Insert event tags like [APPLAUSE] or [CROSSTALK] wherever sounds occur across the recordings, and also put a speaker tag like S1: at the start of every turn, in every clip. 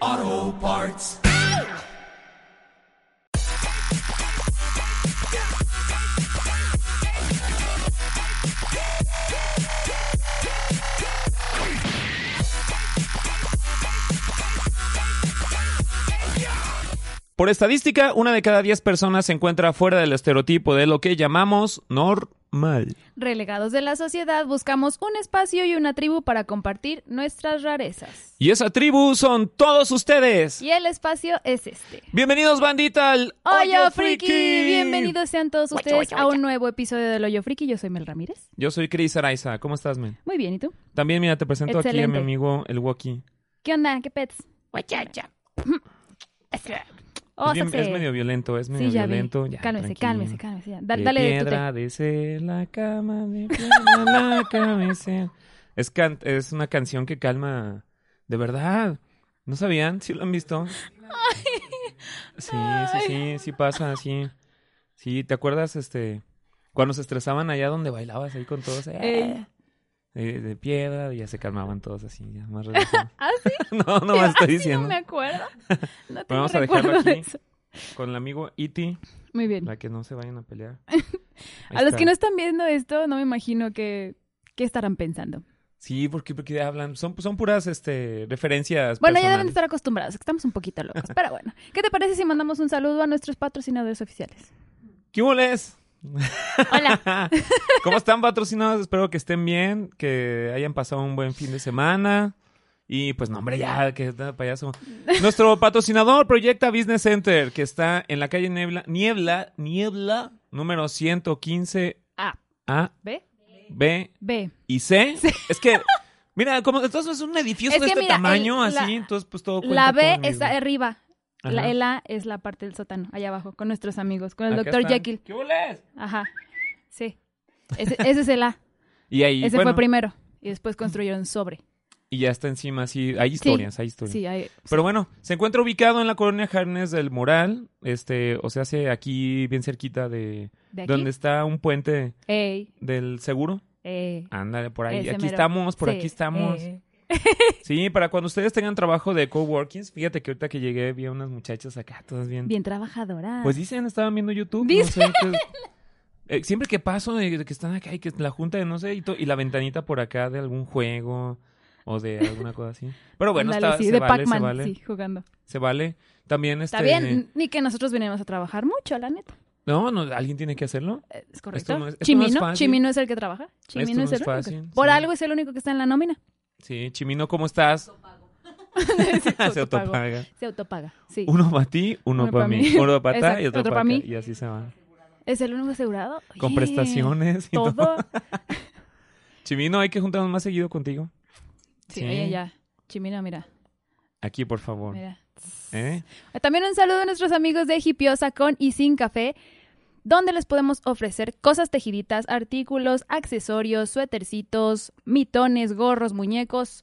S1: Auto Parts.
S2: Por estadística, una de cada diez personas se encuentra fuera del estereotipo de lo que llamamos normal.
S3: Relegados de la sociedad, buscamos un espacio y una tribu para compartir nuestras rarezas.
S2: Y esa tribu son todos ustedes.
S3: Y el espacio es este.
S2: Bienvenidos, bandita, al
S3: Hoyo Friki, bienvenidos sean todos ustedes a un nuevo episodio del Hoyo Friki. Yo soy Mel Ramírez.
S2: Yo soy Chris Araiza. ¿Cómo estás, men?
S3: Muy bien, ¿y tú?
S2: También, mira, te presento aquí a mi
S3: Excelente.
S2: amigo el Woki.
S3: ¿Qué onda? ¿Qué pets? Oh,
S2: es, bien-
S3: sase.
S2: es medio violento, es medio
S3: Sí, ya vi.
S2: violento. Ya,
S3: cálmese,
S2: tranquilo.
S3: cálmese, cálmese, ya. Da-
S2: De
S3: Dale de tu té.
S2: piedra de ser la cama, de piedra la cabeza. Es, can- es una canción que calma, de verdad. ¿No sabían? ¿Sí lo han visto? Sí, sí, sí, sí pasa, sí. Sí, ¿te acuerdas este cuando se estresaban allá donde bailabas ahí con todos? eh,
S3: Ey.
S2: eh, de piedra, y ya se calmaban todos así, ya más relajados.
S3: [LAUGHS] ¿Ah, sí?
S2: [LAUGHS] No, no más
S3: [LAUGHS]
S2: estoy
S3: Así
S2: diciendo.
S3: no me
S2: [LAUGHS]
S3: acuerdo. No tengo
S2: vamos a dejarlo
S3: recuerdo de
S2: aquí.
S3: eso.
S2: Con el amigo Iti,
S3: Muy bien.
S2: para que no se vayan a pelear.
S3: [LAUGHS] A los que no están viendo esto, no me imagino que... ¿Qué estarán pensando?
S2: Sí, porque, porque hablan, son, son puras este, referencias.
S3: Bueno, ya deben
S2: personales.
S3: estar acostumbrados, que estamos un poquito locos. Pero bueno, ¿qué te parece si mandamos un saludo a nuestros patrocinadores oficiales?
S2: ¿Qué hules?
S3: Hola.
S2: [LAUGHS] ¿Cómo están patrocinados? Espero que estén bien, que hayan pasado un buen fin de semana. Y pues no, hombre, ya, que está payaso. Nuestro patrocinador, Proyecta Business Center, que está en la calle Niebla, Niebla, Niebla, número 115
S3: A,
S2: A,
S3: B,
S2: B
S3: B.
S2: y C. Es que, mira, como entonces es un edificio
S3: Es
S2: de
S3: que
S2: este
S3: mira,
S2: tamaño,
S3: el- la-
S2: así, entonces pues todo cuenta
S3: La B
S2: con el-
S3: está arriba. La,
S2: Ajá.
S3: el A es la parte del sótano, allá abajo, con nuestros amigos, con el
S2: Acá
S3: doctor
S2: están.
S3: Jekyll.
S2: ¿Qué hules?
S3: Ajá. Sí. Ese, ese es el A.
S2: [LAUGHS] Y ahí,
S3: Ese
S2: bueno,
S3: fue primero. Y después construyeron sobre.
S2: y ya está encima, sí, hay historias, hay historias.
S3: Sí, ahí.
S2: Pero bueno, se encuentra ubicado en la colonia Jarnes del Moral, este, o sea, hace aquí bien cerquita de
S3: De aquí.
S2: donde está un puente
S3: Ey,
S2: del seguro.
S3: ey.
S2: Ándale, por ahí.
S3: Ese
S2: aquí
S3: mero.
S2: estamos, por
S3: Sí, eh.
S2: aquí estamos.
S3: ey.
S2: Sí, para cuando ustedes tengan trabajo de coworkings, fíjate que ahorita que llegué vi a unas muchachas acá, todas bien.
S3: Bien trabajadora.
S2: Pues dicen, estaban viendo YouTube. no sé,
S3: [LAUGHS]
S2: entonces, eh, siempre que paso, de, de que están acá y que la junta de no sé, y, to- y la ventanita por acá de algún juego o de alguna cosa así. Pero bueno,
S3: Ándale,
S2: está,
S3: sí,
S2: se,
S3: de
S2: vale, se
S3: Pac-Man,
S2: vale,
S3: sí, jugando.
S2: se vale. También este,
S3: Está bien, ni que nosotros venimos a trabajar mucho, la neta.
S2: No, no, alguien tiene que hacerlo.
S3: Eh, ¿Es correcto?
S2: Esto no es- esto no es
S3: Chimino,
S2: fácil.
S3: Chimino es el que trabaja. Chimino
S2: Esto no
S3: es el
S2: es
S3: único.
S2: fácil,
S3: Por
S2: sí.
S3: algo es el único que está en
S2: [LAUGHS]
S3: la nómina.
S2: Sí, Chimino, ¿cómo
S3: [LAUGHS]
S2: estás? se
S3: autopagó.
S2: autopaga.
S3: Se autopaga, sí.
S2: Uno para ti, uno, para mí. Uno para ta y
S3: Exacto,
S2: otro,
S3: otro
S2: para
S3: pa'
S2: acá.
S3: mí.
S2: Y así se va.
S3: Es el único asegurado. Oye,
S2: Con prestaciones y todo.
S3: Todo.
S2: Chimino, hay que juntarnos más seguido contigo.
S3: Sí,
S2: Sí.
S3: oye, ya. Chimino, mira,
S2: Aquí, por favor.
S3: mira.
S2: ¿Eh?
S3: También un saludo a nuestros amigos de Hipiosa con y sin café, donde les podemos ofrecer cosas tejiditas, artículos, accesorios, suétercitos, mitones, gorros, muñecos,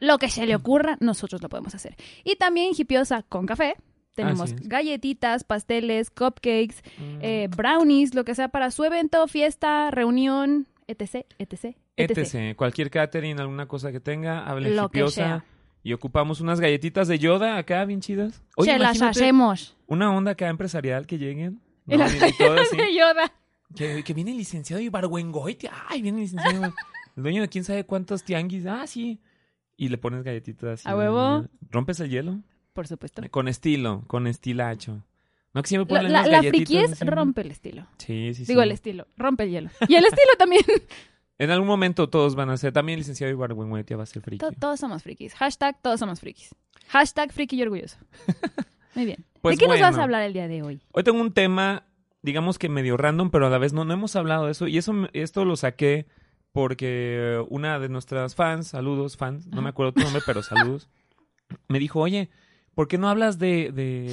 S3: lo que se le ocurra, nosotros lo podemos hacer. Y también Hipiosa con café. Tenemos
S2: Así es.
S3: galletitas, pasteles, cupcakes,
S2: Mm.
S3: eh, brownies, lo que sea para su evento, fiesta, reunión, etc, etc, etc.
S2: etc. Cualquier catering, alguna cosa que tenga, hablen
S3: Lo que
S2: hipiosa.
S3: sea.
S2: Y ocupamos unas galletitas de Yoda acá, bien chidas. Oye,
S3: se las
S2: imagínate
S3: hacemos.
S2: una onda acá empresarial que lleguen.
S3: Y
S2: No,
S3: las
S2: y todo así.
S3: de [LAUGHS] Yoda.
S2: Que, que viene el licenciado Ibargüengoitia. Ay, viene el licenciado. el dueño de quién sabe cuántos tianguis. Ah, sí. Y le pones galletitas. así.
S3: ¿A huevo?
S2: Rompes el hielo.
S3: Por supuesto.
S2: Con estilo, con estilacho. No que siempre
S3: La,
S2: ponen
S3: la-
S2: unas
S3: la
S2: galletitas
S3: friquiez
S2: así, ¿no?
S3: rompe el estilo.
S2: Sí, sí, sí.
S3: Digo el estilo, rompe el hielo. Y el estilo
S2: [LAUGHS]
S3: también.
S2: En algún momento todos van a ser. También el licenciado Ibargüengoitia va a ser friki.
S3: To- todos somos frikis. Hashtag todos somos frikis. Hashtag friki y orgulloso. Muy bien.
S2: [LAUGHS] Pues
S3: ¿De qué nos vas
S2: bueno.
S3: a hablar el día de hoy?
S2: Hoy tengo un tema, digamos que medio random, pero a la vez no, no hemos hablado de eso. Y eso, me- esto lo saqué porque una de nuestras fans, saludos, fans, no me acuerdo tu nombre, pero saludos, me dijo, oye, ¿por qué no hablas de, de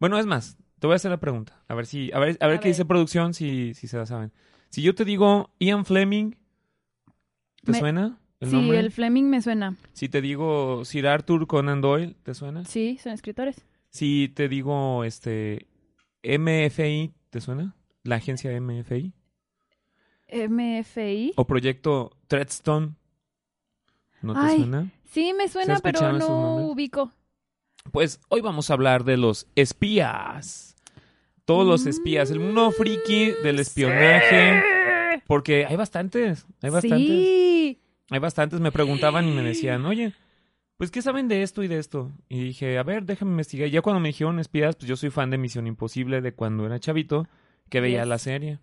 S2: Bueno, es más, te voy a hacer la pregunta. A ver si, a ver, a ver
S3: A
S2: qué
S3: ver.
S2: dice producción, si, si se la saben. Si yo te digo Ian Fleming, ¿te
S3: Me-
S2: suena el
S3: sí,
S2: nombre?
S3: el Fleming me suena.
S2: Si te digo Sir Arthur Conan Doyle, ¿te suena?
S3: Sí, son escritores.
S2: Si te digo este MFI, ¿te suena? La agencia MFI.
S3: MFI.
S2: O proyecto Treadstone. ¿No te
S3: Ay.
S2: suena?
S3: Sí, me suena, pero
S2: escuchado esos
S3: no
S2: nombres?
S3: ubico.
S2: Pues hoy vamos a hablar de los espías. Todos los espías, el mundo friki del espionaje. Porque hay bastantes, hay bastantes.
S3: Sí.
S2: Hay bastantes, me preguntaban y me
S3: [GASPS]
S2: decían, oye, pues ¿qué saben de esto y de esto? Y dije, a ver, déjame investigar. Ya cuando me dijeron espías, pues yo soy fan de Misión Imposible de cuando era chavito, que veía
S3: Yes.
S2: la serie.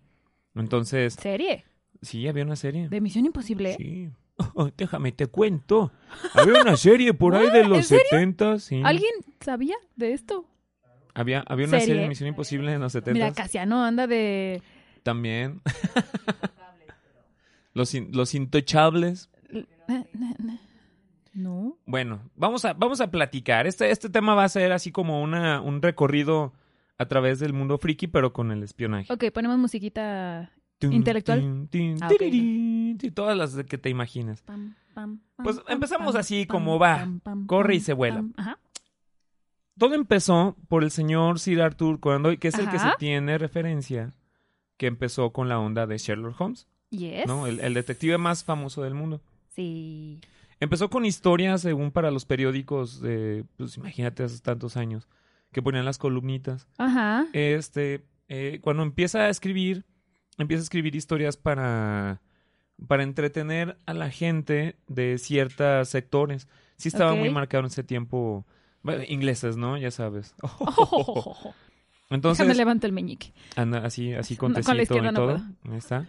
S2: Entonces,
S3: ¿Serie?
S2: sí, había una serie.
S3: ¿De Misión Imposible?
S2: Sí. [LAUGHS] déjame, te cuento. Había una serie por ahí de
S3: ¿En
S2: los
S3: serio?
S2: 70, sí.
S3: ¿Alguien sabía de esto?
S2: Había, había una
S3: Serie.
S2: serie de Misión Imposible en los 70.
S3: Mira, Casiano anda de...
S2: También. [LAUGHS] los, in- los intochables.
S3: eh, No.
S2: Bueno, vamos a, vamos a platicar. Este, este tema va a ser así como una, un recorrido a través del mundo friki, pero con el espionaje.
S3: Ok, ponemos musiquita...
S2: Tun,
S3: ¿intelectual?
S2: tin, tin,
S3: Ah, ok.
S2: tirirín, y todas las que te imagines.
S3: Pam, pam, pam,
S2: Pues
S3: pam,
S2: empezamos
S3: pam,
S2: así
S3: pam,
S2: como va.
S3: pam, pam,
S2: Corre y
S3: pam,
S2: se vuela.
S3: pam. Ajá.
S2: Todo empezó por el señor Sir Arthur Conan Doyle, que es el que se
S3: Ajá.
S2: tiene referencia, que empezó con la onda de Sherlock Holmes,
S3: Yes.
S2: ¿no? El- el detective más famoso del mundo.
S3: Sí.
S2: Empezó con historias, según para los periódicos, de, pues imagínate hace tantos años, que ponían las columnitas.
S3: Ajá.
S2: Este, eh, cuando empieza a escribir, empieza a escribir historias para, para entretener a la gente de ciertos sectores. Sí estaba
S3: Ok.
S2: muy marcado en ese tiempo, bueno, ingleses, ¿no? Ya sabes.
S3: Oh. Ojojojojo. [LAUGHS] Déjame
S2: Entonces,
S3: levanto el meñique.
S2: anda, así, así
S3: No, [LAUGHS] con
S2: con
S3: la
S2: tecito
S3: izquierda
S2: y
S3: no
S2: todo.
S3: puedo.
S2: Ahí
S3: [LAUGHS]
S2: está.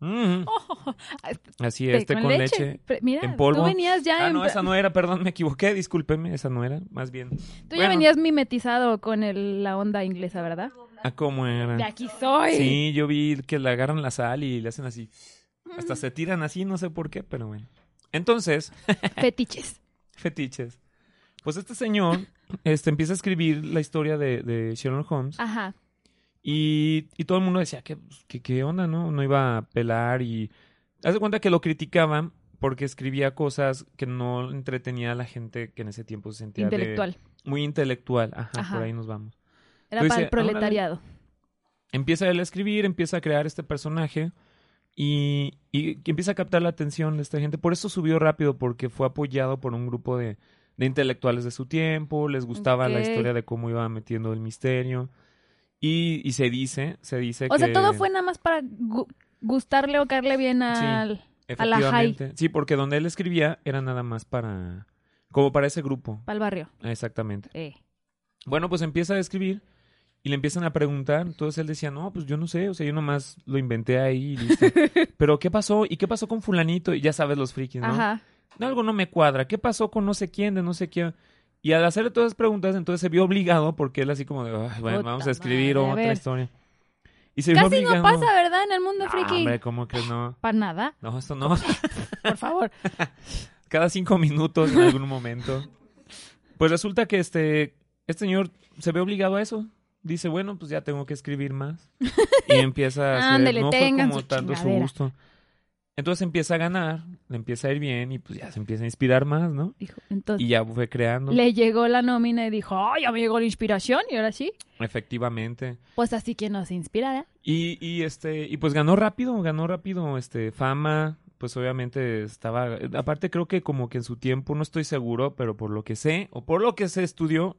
S2: Mm,
S3: Oh,
S2: así,
S3: Te-
S2: este con, leche.
S3: Pre- Mira,
S2: en polvo.
S3: tú venías ya
S2: Ah,
S3: en-
S2: no, esa no era, perdón, me equivoqué, discúlpeme, esa no era, más bien.
S3: Tú ya
S2: Bueno.
S3: venías mimetizado con el- la onda inglesa,
S2: [LAUGHS]
S3: ¿verdad?
S2: Ah, cómo
S3: De
S2: era.
S3: aquí soy.
S2: Sí, yo vi que le agarran la sal y le hacen así.
S3: Mm.
S2: Hasta se tiran así, no sé por qué, pero bueno. Entonces,
S3: Fetiches.
S2: fetiches. Pues este
S3: [LAUGHS]
S2: señor este, empieza a escribir la historia de, de Sherlock Holmes
S3: Ajá.
S2: y, y todo el mundo decía, ¿qué, qué, qué onda, no? No iba a pelar y... Haz de cuenta que lo criticaban porque escribía cosas que no entretenía a la gente que en ese tiempo se sentía de-
S3: Intelectual.
S2: muy intelectual. Ajá,
S3: Ajá.
S2: por ahí nos vamos.
S3: Era
S2: Tú
S3: para el
S2: dices, ah, órale.
S3: proletariado.
S2: empieza él a escribir, empieza a crear este personaje y, y que empieza a captar la atención de esta gente. Por eso subió rápido, porque fue apoyado por un grupo de, de intelectuales de su tiempo, les gustaba la
S3: Ok.
S2: historia de cómo iba metiendo el misterio. Y, y se dice, se dice
S3: O sea,
S2: que-
S3: todo fue nada más para gu- gustarle o caerle bien al... a la high.
S2: efectivamente, Sí, porque donde él escribía era nada más para... como para ese grupo.
S3: Para el barrio.
S2: Exactamente.
S3: Eh.
S2: Bueno, pues empieza a escribir y le empiezan a preguntar. Entonces él decía, no, pues yo no sé, o sea, yo nomás lo inventé ahí y
S3: [LAUGHS]
S2: listo. Pero ¿qué pasó? ¿Y qué pasó con fulanito? Y ya sabes los frikis, ¿no?
S3: Ajá.
S2: No, Algo no me cuadra. ¿Qué pasó con no sé quién, de no sé quién? Y al hacerle todas esas preguntas, entonces se vio obligado porque él así como de, "Ay, bueno,
S3: Puta
S2: vamos a escribir
S3: madre, a
S2: otra
S3: ver.
S2: historia. Y se vio
S3: Casi no
S2: obligado.
S3: pasa, ¿verdad? En el mundo
S2: Ah,
S3: friki.
S2: hombre, ¿cómo que no?
S3: Para nada,
S2: No, esto no. [LAUGHS]
S3: por favor.
S2: cada cinco minutos en algún momento. Pues resulta que este, este señor se ve obligado a eso. Dice, bueno, pues ya tengo que escribir más. Y empieza a hacer,
S3: Ándele,
S2: no fue
S3: tengan
S2: como
S3: su
S2: tanto su
S3: chingadera.
S2: gusto. Entonces empieza a ganar, le empieza a ir bien y pues ya se empieza a inspirar más, ¿no?
S3: Dijo, entonces,
S2: Y ya fue creando,
S3: Pues le llegó la nómina y dijo, ¡ay, ya me llegó la inspiración! Y ahora sí.
S2: efectivamente.
S3: Pues así que nos ¿eh? inspirara.
S2: Y, y este, y pues ganó rápido, ganó rápido, este, fama, pues obviamente estaba, aparte creo que como que en su tiempo, no estoy seguro, pero por lo que sé, o por lo que se estudió,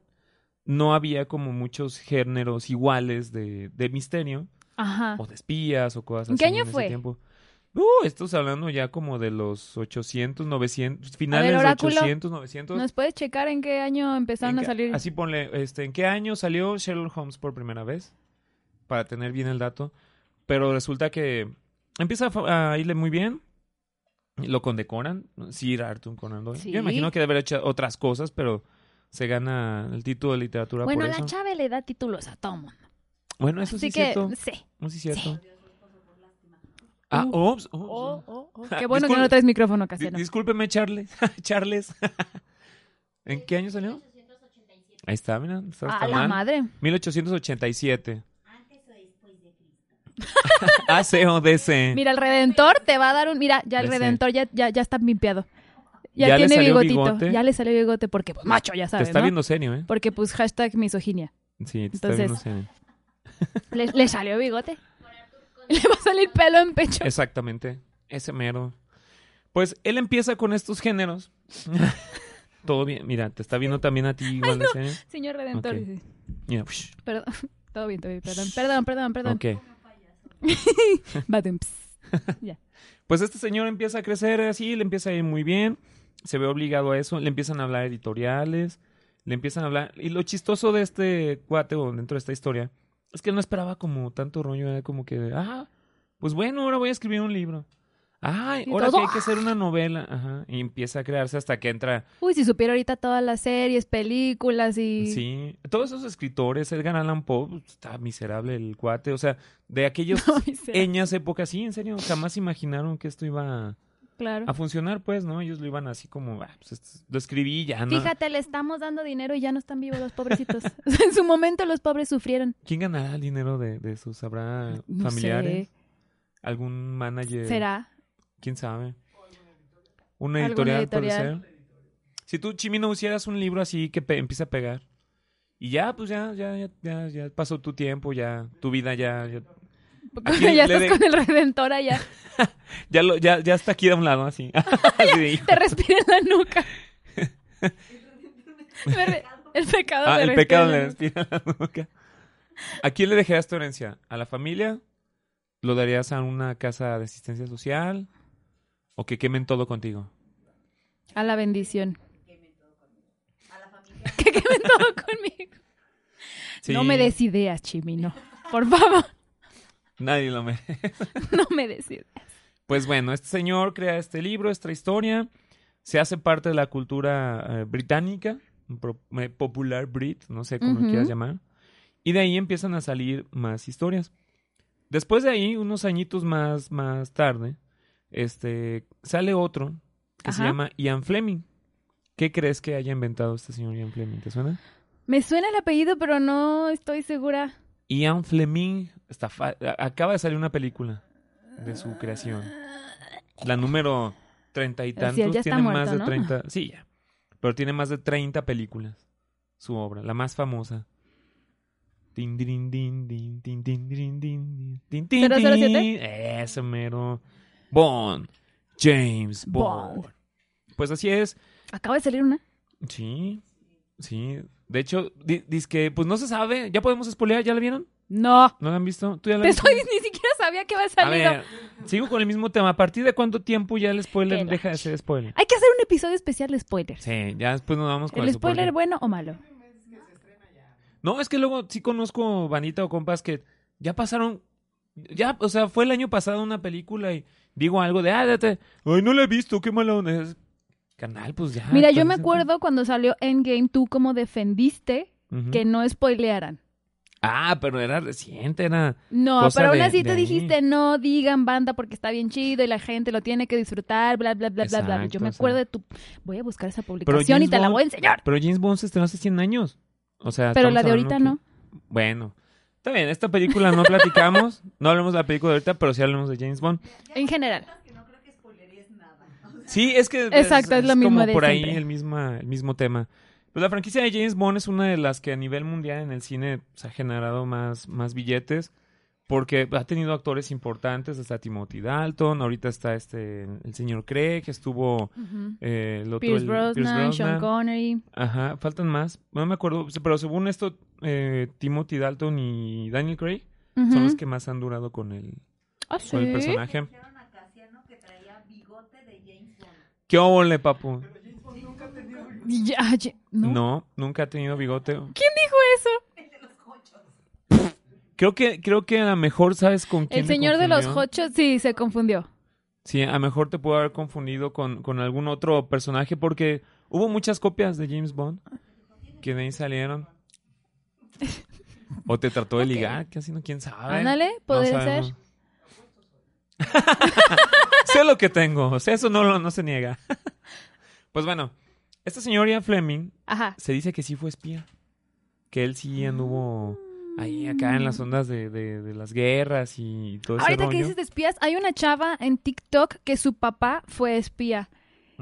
S2: no había como muchos géneros iguales de, de misterio,
S3: Ajá.
S2: o de espías, o cosas así.
S3: Ah. ¿En qué año
S2: ese
S3: fue?
S2: tiempo. Uh, estamos hablando ya como de los 800, 900, finales de
S3: oráculo,
S2: 800, 900.
S3: ¿Nos puedes checar en qué año empezaron
S2: ¿En
S3: a
S2: qué-
S3: salir?
S2: Así ponle, este, ¿en qué año salió Sherlock Holmes por primera vez? Para tener bien el dato. Pero resulta que empieza a fa- a irle muy bien. Lo condecoran, Sir Arthur Conan Doyle.
S3: Sí.
S2: Yo imagino que debe haber hecho otras cosas, pero se gana el título de literatura
S3: Bueno,
S2: por
S3: la
S2: eso.
S3: chave le da títulos a todo mundo.
S2: Bueno, eso
S3: Así
S2: sí es
S3: que,
S2: cierto.
S3: sí.
S2: No, sí es cierto. Ah, ops, ops.
S3: Oh,
S2: [LAUGHS]
S3: Qué bueno que
S2: Disculpe.
S3: no traes micrófono
S2: Di- [LAUGHS]
S3: casero.
S2: discúlpeme, Charles. Charles. ¿En qué año salió? Ahí está, mira. no está
S3: A
S2: tan
S3: la
S2: mal.
S3: madre.
S2: 1887. [LAUGHS] Antes Ah, o después de Cristo. AC o DC.
S3: Mira, el Redentor te va a dar un. Mira, ya el
S2: Ya sé.
S3: Redentor ya, ya, ya está pimpeado. Ya,
S2: Ya le
S3: tiene
S2: salió
S3: bigotito.
S2: bigote.
S3: Ya le salió bigote porque, pues, macho, ya
S2: te
S3: sabes.
S2: está
S3: ¿no?
S2: viendo serio, ¿eh?
S3: Porque, pues, hashtag misoginia.
S2: Sí, te
S3: Entonces-
S2: está viendo
S3: [LAUGHS]
S2: serio.
S3: Le, le salió bigote. [LAUGHS] Le va a salir pelo en pecho.
S2: Exactamente. Ese mero. Pues él empieza con estos géneros. [LAUGHS] Todo bien. Mira, te está viendo también a
S3: [LAUGHS]
S2: ti igual de serio.
S3: Señor Redentor.
S2: Ok.
S3: dice,
S2: Mira, ush,
S3: Perdón. [LAUGHS] Todo bien, todo bien. Perdón, perdón, perdón. perdón.
S2: ok.
S3: Badum, ps.
S2: Pues este señor empieza a crecer así, le empieza a ir muy bien, se ve obligado a eso, le empiezan a hablar editoriales, le empiezan a hablar... Y lo chistoso de este cuate o dentro de esta historia es que él no esperaba como tanto rollo, era como que, ah, pues bueno, ahora voy a escribir un libro. Ay,
S3: Y
S2: ahora
S3: todo,
S2: que hay que hacer una novela. Ajá, y empieza a crearse hasta que entra...
S3: Uy, si supiera ahorita todas las series, películas y. [LAUGHS]
S2: Sí, todos esos escritores, Edgar Allan Poe, pues, está miserable el cuate, o sea, de aquellos...
S3: [LAUGHS] No, miserable,
S2: Eñas épocas, sí, en serio, jamás imaginaron que esto iba a,
S3: claro.
S2: a funcionar, pues, ¿no? Ellos lo iban así como, ah, pues esto- lo escribí y ya, ¿no?
S3: Fíjate, le estamos dando dinero y ya no están vivos los pobrecitos. [LAUGHS] en su momento los pobres sufrieron.
S2: ¿Quién ganará el dinero de, de esos? ¿Habrá
S3: No
S2: familiares? eh.
S3: sé.
S2: ¿Algún manager?
S3: ¿Será?
S2: ¿Quién sabe? ¿Una
S3: ¿Alguna
S2: editorial,
S3: editorial?
S2: puede ser? Si tú, Chimino, hicieras un libro así que pe- empieza a pegar y ya, pues ya, ya, ya, ya, ya pasó tu tiempo, ya, tu vida ya, ya, Aquí
S3: ya
S2: le
S3: estás
S2: de-
S3: con el Redentor allá.
S2: ya, lo- ya, ya está aquí de un lado,
S3: [LAUGHS]
S2: así. [LAUGHS] Así de,
S3: Te respira en la nuca.
S2: [LAUGHS]
S3: Me re- el pecado
S2: Ah,
S3: me
S2: el
S3: respira
S2: pecado
S3: en la
S2: le
S3: nuca.
S2: despide la nuca. ¿A quién le dejarías tu herencia? ¿A la familia? ¿Lo darías a una casa de asistencia social? ¿O que quemen todo contigo?
S3: A la bendición. [LAUGHS] Que quemen todo conmigo.
S2: Sí,
S3: No me des ideas, Chimino. Por favor,
S2: Nadie lo merece.
S3: [LAUGHS] no me des ideas.
S2: Pues bueno, este señor crea este libro, esta historia. Se hace parte de la cultura eh, británica, pro- eh, popular Brit, no sé cómo lo
S3: Ujú.
S2: quieras llamar. Y de ahí empiezan a salir más historias. Después de ahí, unos añitos más, más tarde, este, sale otro que se
S3: Ajá.
S2: llama Ian Fleming. ¿Qué crees que haya inventado este señor Ian Fleming? ¿Te suena?
S3: Me suena el apellido, pero no estoy segura.
S2: Ian Fleming está fa- a- acaba de salir una película de su creación. La número treinta y
S3: Decía,
S2: tantos.
S3: ya está
S2: tiene
S3: muerto,
S2: más de
S3: ¿no?
S2: treinta.
S3: [LAUGHS]
S2: Sí, ya. Pero tiene más de 30 películas. Su obra, la más famosa. Tin, dirin, din, din, tin, tin, dirin, din, din, tin, tin,
S3: 007?
S2: tin. Ese mero. Bond. James
S3: Bond.
S2: Bond. Pues así es.
S3: Acaba de salir una.
S2: Sí. Sí. De hecho, dice que, pues no se sabe. ¿Ya podemos spoilear? ¿Ya la vieron?
S3: No.
S2: ¿No la han visto? ¿Tú ya la
S3: Te
S2: viste?
S3: estoy, ni siquiera sabía que había
S2: A
S3: salido.
S2: ver, sigo con el mismo tema. ¿A partir de cuánto tiempo ya el spoiler
S3: Que la
S2: deja de ser spoiler?
S3: Hay que hacer un episodio especial de spoilers.
S2: Sí, ya después nos vamos con
S3: ¿El
S2: eso, porque-
S3: spoiler bueno o malo?
S2: No, es que luego sí conozco Vanita o compas que ya pasaron. Ya, o sea, fue el año pasado una película y digo algo de, ah, date, ay, no la he visto, qué mala onda. Es- Canal, pues ya.
S3: Mira, yo me
S2: actualízate.
S3: acuerdo cuando salió Endgame, tú como defendiste
S2: Ujú.
S3: que no spoilearan.
S2: Ah, pero era reciente, era.
S3: No,
S2: Cosa
S3: pero aún
S2: de-
S3: así
S2: de
S3: te
S2: ahí.
S3: dijiste, no digan banda porque está bien chido y la gente lo tiene que disfrutar, bla, bla, bla, bla, bla. Yo
S2: Exacto,
S3: me
S2: o sea.
S3: acuerdo de tu... Voy a buscar esa publicación y
S2: James
S3: te la
S2: Bond-
S3: voy a enseñar.
S2: Pero James Bond se estrenó hace 100 años. O sea,
S3: Pero
S2: estamos
S3: la de
S2: hablando
S3: ahorita
S2: que-
S3: no.
S2: Bueno, está bien, esta película no platicamos, [LAUGHS] no hablamos de la película de ahorita, pero sí hablamos de James Bond.
S3: En general.
S2: Sí, es que
S3: Exacto, es lo mismo
S2: como
S3: de
S2: por ahí
S3: siempre.
S2: el, misma, el mismo tema. Pues la franquicia de James Bond es una de las que a nivel mundial en el cine se ha generado más, más billetes porque ha tenido actores importantes, está Timothy Dalton, ahorita está este el señor Craig, estuvo
S3: Ujú.
S2: eh, el otro
S3: Pierce
S2: el-
S3: Brosnan,
S2: Pierce
S3: Sean
S2: Brosnan.
S3: Connery.
S2: Ajá, faltan más, no me acuerdo, pero según esto eh, Timothy Dalton y Daniel Craig
S3: Ujú.
S2: son los que más han durado con el,
S3: Ah,
S2: con el
S3: ¿sí?
S2: personaje.
S4: Dijeron a Casiano que traía bigote de James Bond.
S2: ¿Qué óvole, papu?
S3: Ya, ah, ya-
S2: ¿No?
S3: ¿no?
S2: nunca ha tenido bigote.
S3: dijo
S4: [LAUGHS]
S3: eso?
S2: Creo que, creo que a lo mejor sabes con quién.
S3: El
S2: me
S3: señor de los
S2: confundió?
S3: hochos, sí, se confundió.
S2: Sí, a lo mejor te puedo haber confundido con, con algún otro personaje porque hubo muchas copias de James Bond que de ahí salieron. O te trató de ligar, que así no, quién sabe.
S3: Ándale,
S2: No
S3: podría
S2: sabemos. [LAUGHS]
S3: ser.
S2: sé lo que tengo, o sea, eso no, lo- no se [LAUGHS] niega. pues bueno, esta señora Fleming
S3: Ajá.
S2: se dice que sí fue espía. que él sí anduvo ahí acá en las ondas de, de- de las guerras y todo ese
S3: Mm. Ahorita que
S2: rollo.
S3: dices de espías, hay una chava en TikTok que su papá fue espía.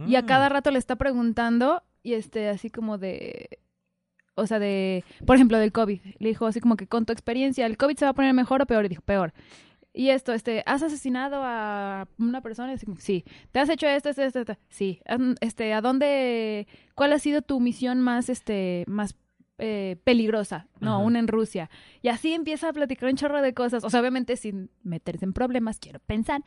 S3: Y a
S2: Mm.
S3: cada rato le está preguntando, y este, así como de. O sea, de. Por ejemplo, del COVID. Le dijo así como que con tu experiencia, ¿el COVID se va a poner mejor o peor? Y dijo, peor. Y esto, este, ¿has asesinado a una persona? Y así como, sí. ¿Te has hecho esto, esto, esto, esto? Sí. Am, Este, ¿a dónde. ¿Cuál ha sido tu misión más, este, más eh, peligrosa? No,
S2: Ajá.
S3: una en Rusia. Y así empieza a platicar un chorro de cosas. O sea, obviamente sin meterse en problemas, quiero pensar.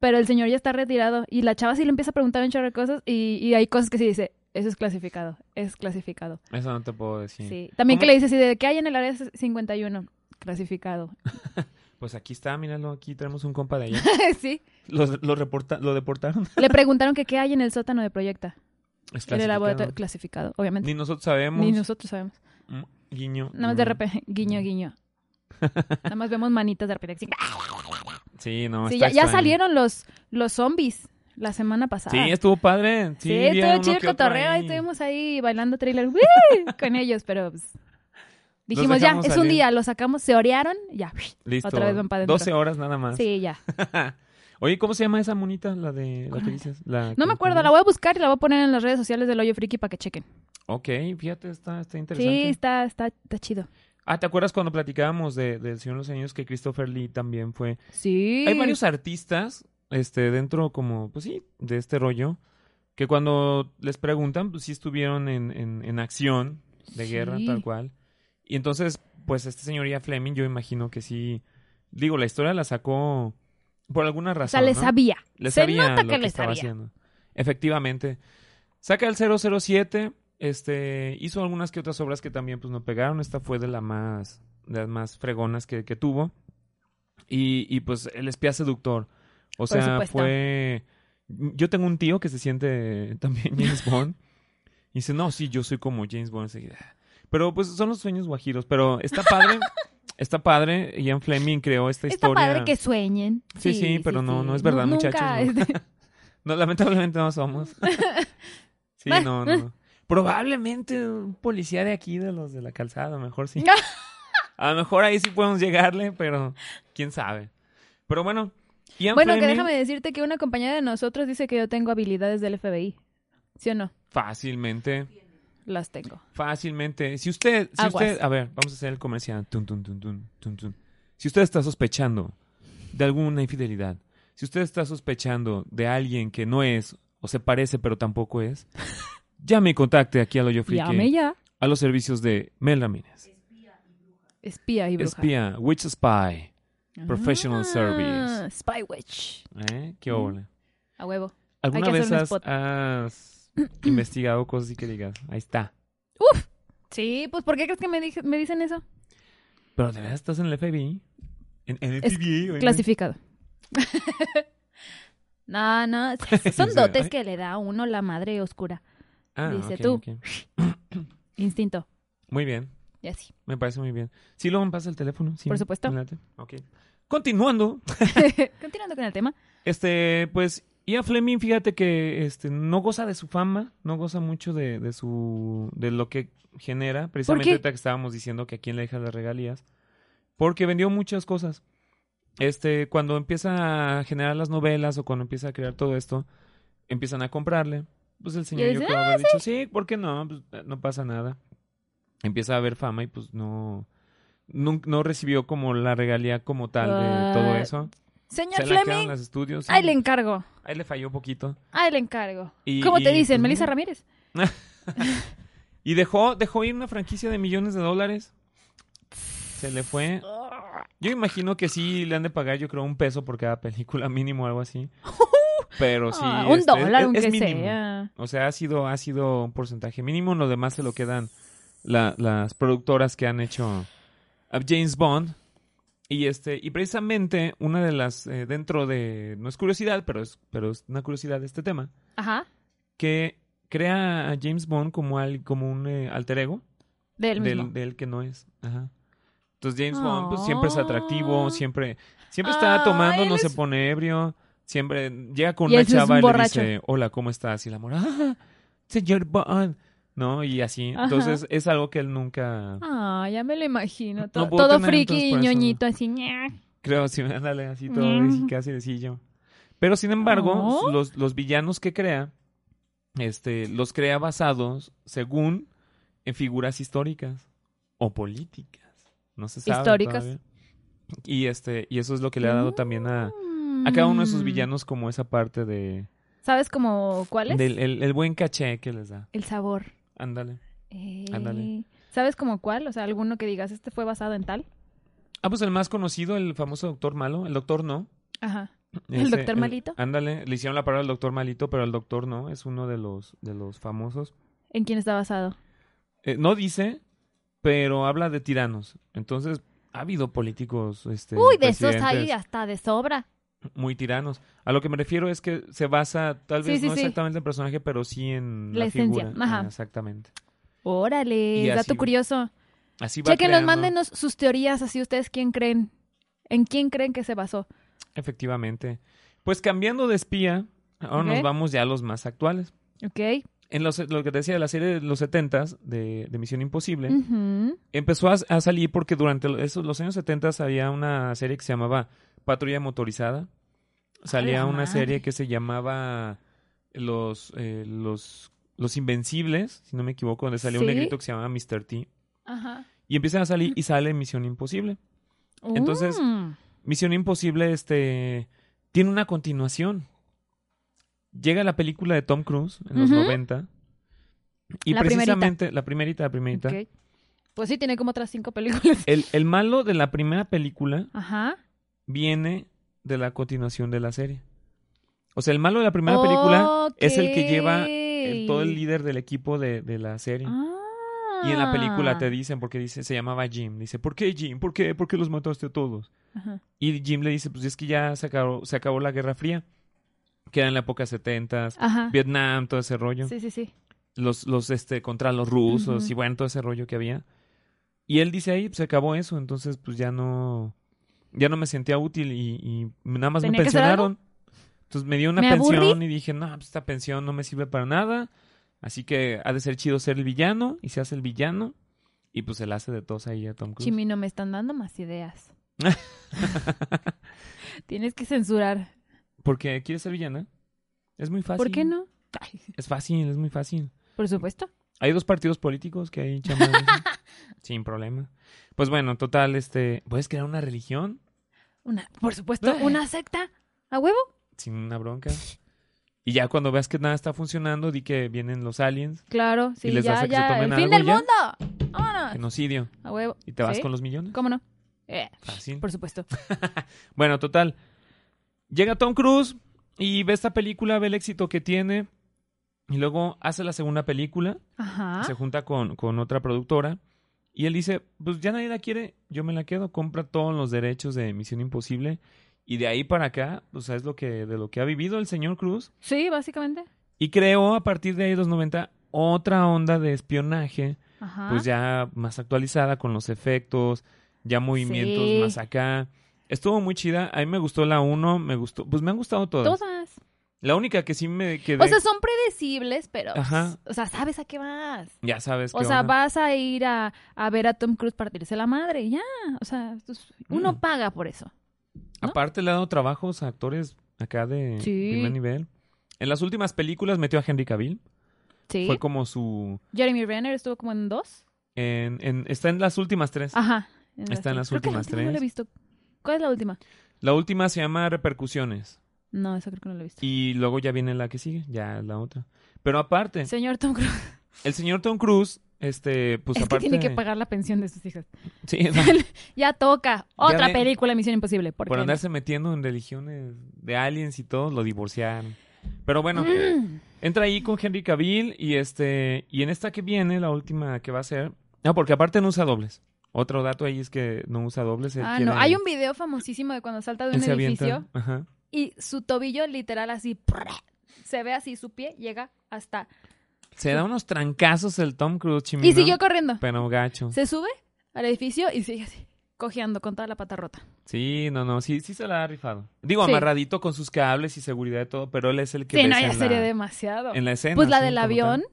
S3: Pero el señor ya está retirado y la chava sí le empieza a preguntar un chorro de cosas y, y hay cosas que sí dice, eso es clasificado, es clasificado.
S2: Eso no te puedo decir.
S3: Sí. También que
S2: ¿Cómo?
S3: le dice así de, ¿qué hay en el área 51? Clasificado. [LAUGHS]
S2: Pues aquí está, míralo, aquí tenemos un compa de allá.
S3: sí.
S2: lo, lo, reporta- lo deportaron. [LAUGHS]
S3: Le preguntaron que qué hay en el sótano de Proyecta.
S2: Es
S3: En el
S2: clasificado.
S3: laboratorio clasificado, obviamente.
S2: Ni nosotros sabemos.
S3: Ni, nosotros sabemos.
S2: Mm, Guiño.
S3: Nada más de
S2: Mm.
S3: repente,
S2: [LAUGHS]
S3: guiño, guiño. Nada más vemos manitas de repente. así. ¡ah!
S2: Sí, no,
S3: Sí,
S2: está
S3: ya, ya
S2: extraño.
S3: salieron los, los zombies la semana pasada.
S2: Sí, estuvo padre. Sí,
S3: Sí,
S2: vi a
S3: estuvo
S2: uno
S3: chido el
S2: que otro
S3: cotorreo
S2: ahí.
S3: y estuvimos ahí bailando trailer ¡uy! [LAUGHS] con ellos, pero pues, dijimos ya,
S2: dejamos
S3: es un
S2: salir.
S3: día, lo sacamos, se orearon, ya.
S2: Listo.
S3: Otra vez van para adentro.
S2: 12 horas nada más.
S3: Sí, ya.
S2: [LAUGHS] Oye, ¿cómo se llama esa monita? La de la
S3: ¿Cuál
S2: que dices. La
S3: No me
S2: que-
S3: acuerdo, la voy a buscar y la voy a poner en las redes sociales del Hoyo Friki para que chequen.
S2: Ok, fíjate, está, está interesante.
S3: Sí, está, está, está chido.
S2: Ah, ¿te acuerdas cuando platicábamos de, del Señor de los Anillos que Christopher Lee también fue?
S3: Sí.
S2: Hay varios artistas, este, dentro como, pues sí, de este rollo, que cuando les preguntan, pues sí estuvieron en, en- en acción de guerra,
S3: Sí.
S2: tal cual. Y entonces, pues este señor ya Fleming, yo imagino que sí, digo, la historia la sacó por alguna
S3: O
S2: razón.
S3: sea, le
S2: ¿no?
S3: sabía.
S2: Le
S3: Se
S2: sabía
S3: nota
S2: lo
S3: que le
S2: estaba
S3: sabía.
S2: haciendo. Efectivamente. Saca el 007, este, hizo algunas que otras obras que también pues no pegaron. Esta fue de la más, de las más fregonas que, que tuvo. Y, y, pues el espía seductor. O sea,
S3: supuesto.
S2: fue... Yo tengo un tío que se siente [LAUGHS] también James Bond. Y dice, no, sí, yo soy como James Bond. Así que, ah. Pero pues son los sueños guajiros. Pero está
S3: [LAUGHS]
S2: padre, está padre. Ian Fleming creó esta
S3: Está
S2: historia.
S3: padre que sueñen.
S2: Sí, sí, pero no- no es verdad,
S3: Nunca,
S2: muchachos,
S3: este,
S2: [LAUGHS] No, lamentablemente no [LAUGHS] somos. sí,
S3: Bah.
S2: no, no. Probablemente un policía de aquí, de los de la calzada, a lo mejor [LAUGHS] sí. a lo mejor ahí sí podemos llegarle, pero quién sabe. Pero bueno, Ian
S3: Bueno, que
S2: Fleming,
S3: déjame decirte que una compañera de nosotros dice que yo tengo habilidades del FBI. ¿Sí o no?
S2: fácilmente,
S3: Las tengo.
S2: fácilmente. Si usted, si
S3: Aguas.
S2: usted, a ver, vamos a hacer el comercial. Tun, tun, tun, tun, tun, tun. Si usted está sospechando de alguna infidelidad, si usted está sospechando de alguien que no es o se parece pero tampoco
S3: [LAUGHS]
S2: es, llame y contacte aquí al Hoyo Friki.
S3: Llame ya.
S2: a los servicios de Mel Ramírez.
S3: Espía y bruja.
S2: Espía, Witch Spy. Professional
S3: Ah,
S2: Service.
S3: Spy Witch.
S2: ¿Eh? ¿Qué óvole.
S3: A huevo.
S2: ¿Alguna
S3: que hacer
S2: vez
S3: un
S2: has,
S3: spot. [CLEARS THROAT]
S2: has investigado cosas y que digas, ahí está?
S3: Sí, pues ¿por qué crees que me, dije- me dicen eso?
S2: Pero de verdad estás en el FBI. En, en el
S3: Es
S2: FBI. o en-
S3: Clasificado. [LAUGHS] no, no,
S2: [LAUGHS]
S3: es- son
S2: Sí,
S3: dotes
S2: ay.
S3: que le da a uno la madre oscura.
S2: Ah,
S3: dice
S2: ok,
S3: tú.
S2: ok.
S3: Instinto.
S2: Muy bien,
S3: Y así.
S2: me parece muy bien. Sí, luego me pasa el teléfono. sí,
S3: Por supuesto.
S2: me late. Ok. Continuando.
S3: Continuando con el tema.
S2: Este, pues, Ian Fleming, fíjate que este, no goza de su fama, no goza mucho de, de su de lo que genera, precisamente
S3: qué?
S2: ahorita que estábamos diciendo que a quién le deja las regalías, porque vendió muchas cosas. Este, cuando empieza a generar las novelas o cuando empieza a crear todo esto, empiezan a comprarle. Pues el señor yo
S3: dice, "Ah,
S2: creo haber dicho, sí, ¿por qué no? Pues, eh, no pasa nada. Empieza a haber fama y pues no, nun- no, recibió como la regalía como tal de todo
S3: What?
S2: eso.
S3: Señor
S2: Se la quedaron
S3: Fleming,
S2: los estudios. sí.
S3: ahí le encargo.
S2: Ahí le falló poquito.
S3: Ahí le encargo.
S2: Y-
S3: ¿Cómo te
S2: y,
S3: dicen?
S2: pues,
S3: Melissa
S2: no.
S3: Ramírez.
S2: Y dejó, dejó ir una franquicia de millones de dólares. Se le fue. Yo imagino que sí le han de pagar, yo creo, un peso por cada película, mínimo algo
S3: [LAUGHS]
S2: así. Pero sí.
S3: Ah, un
S2: este,
S3: dólar,
S2: es-
S3: aunque
S2: es mínimo.
S3: sea.
S2: O sea, ha sido, ha sido un porcentaje mínimo. Lo demás se lo quedan la- las productoras que han hecho a James Bond. Y este, y precisamente una de las, eh, dentro de, no es curiosidad, pero es, pero es una curiosidad de este tema.
S3: Ajá.
S2: que crea a James Bond como, al, como un eh, alter ego
S3: De él mismo.
S2: del, del que no es. Ajá. Entonces James Bond pues, siempre es
S3: Oh.
S2: atractivo, siempre, siempre está
S3: Ah,
S2: tomando,
S3: él
S2: no se
S3: es-
S2: pone ebrio, siempre llega con
S3: Y
S2: una
S3: él sí es un
S2: chava y le
S3: borracho.
S2: dice, hola, ¿cómo estás? Y la mora, "Ah, señor Bond, ¿no? Y así.
S3: Ajá.
S2: Entonces es algo que él nunca...
S3: Ah, ya me lo imagino. to-
S2: No puedo
S3: todo
S2: tener,
S3: friki
S2: entonces,
S3: y
S2: por eso.
S3: ñoñito, así. ña.
S2: Creo, sí, [LAUGHS] ándale, así todo
S3: Mm.
S2: así casi decillo. Pero sin embargo,
S3: No.
S2: los, los villanos que crea, este, los crea basados según en figuras históricas o políticas. No se sabe
S3: Históricas.
S2: todavía. Y este, y eso es lo que le ha dado también a, a cada uno de
S3: Mm.
S2: sus villanos como esa parte de
S3: ¿Sabes como cuál es?
S2: del el, el buen caché que les da.
S3: El sabor.
S2: Ándale.
S3: Eh,
S2: Ándale.
S3: ¿Sabes como cuál? O sea, alguno que digas, este fue basado en tal.
S2: Ah, pues el más conocido, el famoso doctor malo, el doctor no.
S3: Ajá. ¿El doctor malito?
S2: Ándale, le hicieron la palabra al doctor malito, pero el doctor no, es uno de los, de los famosos.
S3: ¿En quién está basado?
S2: Eh, no dice, pero habla de tiranos. Entonces, ha habido políticos este,
S3: Uy, de esos ahí
S2: presidentes
S3: hasta de sobra.
S2: muy tiranos. A lo que me refiero es que se basa, tal
S3: Sí,
S2: vez
S3: sí,
S2: no
S3: sí.
S2: exactamente en el personaje, pero sí en
S3: La
S2: la,
S3: esencia,
S2: figura.
S3: ajá.
S2: Ah, exactamente.
S3: Órale,
S2: Y
S3: dato
S2: así-
S3: curioso.
S2: Así va
S3: Chequenos,
S2: creando.
S3: mándenos sus teorías, así ustedes quién creen. ¿En quién creen que se basó?
S2: Efectivamente. Pues cambiando de espía, ahora nos
S3: Ok.
S2: vamos ya a los más actuales.
S3: ¿Ok?
S2: En los, lo que te decía de la serie de los 70s de, de Misión Imposible,
S3: Ujú.
S2: empezó a, a salir porque durante lo- esos, los años 70 había una serie que se llamaba Patrulla Motorizada.
S3: la
S2: Salía una
S3: madre.
S2: serie que se llamaba Los, eh, los, los Invencibles, si no me equivoco, donde salía
S3: Sí.
S2: un negrito que se llamaba Mr. T.
S3: Ajá.
S2: Y empiezan a salir y sale Misión Imposible. Entonces,
S3: Mm.
S2: Misión Imposible este, tiene una continuación. Llega la película de Tom Cruise en los
S3: Ujú.
S2: 90. Y
S3: La primerita.
S2: precisamente, la primerita, la primerita.
S3: Ok. Pues sí, tiene como otras cinco películas.
S2: El, el malo de la primera película
S3: Ajá.
S2: viene de la continuación de la serie. O sea, el malo de la primera película es el que lleva el- todo el
S3: Ok.
S2: líder del equipo de, de la serie.
S3: Ah.
S2: Y en la película te dicen, porque dice, se llamaba Jim. Dice, ¿por qué Jim? ¿Por qué? ¿Por qué los mataste a todos?
S3: Ajá.
S2: Y Jim le dice, pues es que ya se acabó, se acabó la Guerra Fría. Queda en la época 70,
S3: Ajá.
S2: Vietnam, todo ese rollo.
S3: Sí, sí, sí.
S2: Los, los, este, contra los rusos
S3: Ujú.
S2: y bueno, todo ese rollo que había. Y él dice ahí, pues se acabó eso, entonces pues ya no, ya no me sentía útil y, y nada más me
S3: ¿Tenía que hacer algo?
S2: pensionaron. Entonces me dio una
S3: ¿Me aburrí?
S2: pensión y dije, no, pues esta pensión no me sirve para nada. Así que ha de ser chido ser el villano y se hace el villano y pues se la hace de tos ahí a Tom Cruise.
S3: Chimi, no me están dando más
S2: [LAUGHS]
S3: ideas. Tienes que censurar.
S2: Porque quiere ser villana. Es muy fácil.
S3: ¿Por qué no? Ay,
S2: Es fácil, es muy fácil.
S3: por supuesto.
S2: Hay dos partidos políticos que hay
S3: [LAUGHS]
S2: chamanes. Sin problema. Pues bueno, total, este, ¿puedes crear una religión?
S3: Una, por supuesto, una secta. ¿A huevo?
S2: sin una bronca. Y ya cuando veas que nada está funcionando, di que vienen los aliens,
S3: Claro, sí,
S2: Y les das
S3: ya,
S2: a que se
S3: ya.
S2: tomen
S3: ¡El fin
S2: algo
S3: del
S2: y ya.
S3: mundo! ¡Vámonos!
S2: genocidio,
S3: A huevo.
S2: y te vas
S3: Sí,
S2: con los millones.
S3: ¿Cómo no? Eh,
S2: Fácil.
S3: por supuesto.
S2: Bueno, total. Llega Tom Cruise y ve esta película, ve el éxito que tiene. Y luego hace la segunda película,
S3: Ajá.
S2: se junta con, con otra productora. Y él dice, pues ya nadie la quiere, yo me la quedo, compra todos los derechos de Misión Imposible. Y de ahí para acá, pues es lo que, de lo que ha vivido el señor Cruz.
S3: Sí, básicamente.
S2: Y creó a partir de ahí los 90 otra onda de espionaje
S3: Ajá.
S2: pues ya más actualizada con los efectos, ya movimientos
S3: Sí.
S2: más acá. Estuvo muy chida, a mí me gustó la 1, me gustó, pues me han gustado todas.
S3: Todas.
S2: La única que sí me quedé,
S3: O sea, son predecibles, pero.
S2: Ajá.
S3: O sea, sabes a qué vas.
S2: ya sabes
S3: O
S2: Pues, qué
S3: sea,
S2: onda.
S3: vas a ir a, a ver a Tom Cruise partirse la madre y ya. O sea, esto es- uno
S2: Mm.
S3: paga por eso. ¿no?
S2: Aparte le ha dado trabajos a actores acá de
S3: Sí.
S2: primer nivel. En las últimas películas metió a Henry Cavill,
S3: Sí.
S2: fue como su
S3: Jeremy Renner estuvo como en dos.
S2: en- en- está en las últimas tres.
S3: Ajá.
S2: Está en Pues, las
S3: Creo que la
S2: últimas
S3: última No la he
S2: tres.
S3: visto. ¿Cuál es la última?
S2: La última se llama Repercusiones
S3: No, esa creo que no la he visto.
S2: y luego ya viene la que sigue, ya la otra. Pero aparte,
S3: Señor Tom Cruise.
S2: el señor Tom Cruise, este, pues
S3: es que
S2: aparte
S3: tiene que pagar la pensión de sus
S2: [LAUGHS]
S3: hijas.
S2: Sí, no.
S3: [LAUGHS] Ya toca. Otra
S2: ve-
S3: película, Misión Imposible. ¿Por,
S2: Por,
S3: qué no?
S2: andarse metiendo en religiones de aliens y todo, lo divorciaron. Pero bueno,
S3: Mm.
S2: entra ahí con Henry Cavill y este y en esta que viene, la última que va a ser, no, porque aparte no usa dobles. Otro dato ahí es que no usa dobles. él
S3: Ah,
S2: quiere-
S3: no. Hay un video famosísimo de cuando salta de
S2: él
S3: un
S2: se avienta,
S3: edificio
S2: ajá.
S3: y su tobillo literal así. ¡prrr! Se ve así, su pie llega hasta.
S2: Se da unos trancazos el Tom Cruise, chimino.
S3: Y siguió corriendo.
S2: Pero gacho.
S3: Se sube al edificio y sigue así, cojeando con toda la pata rota.
S2: Sí, no, no, sí, sí se la ha rifado. Digo,
S3: Sí.
S2: amarradito con sus cables y seguridad y todo, pero él es el que
S3: Sí, no,
S2: ves
S3: ya
S2: en
S3: sería
S2: la,
S3: demasiado.
S2: en la escena.
S3: Pues la
S2: sí,
S3: del
S2: como tal.
S3: avión
S2: [LAUGHS]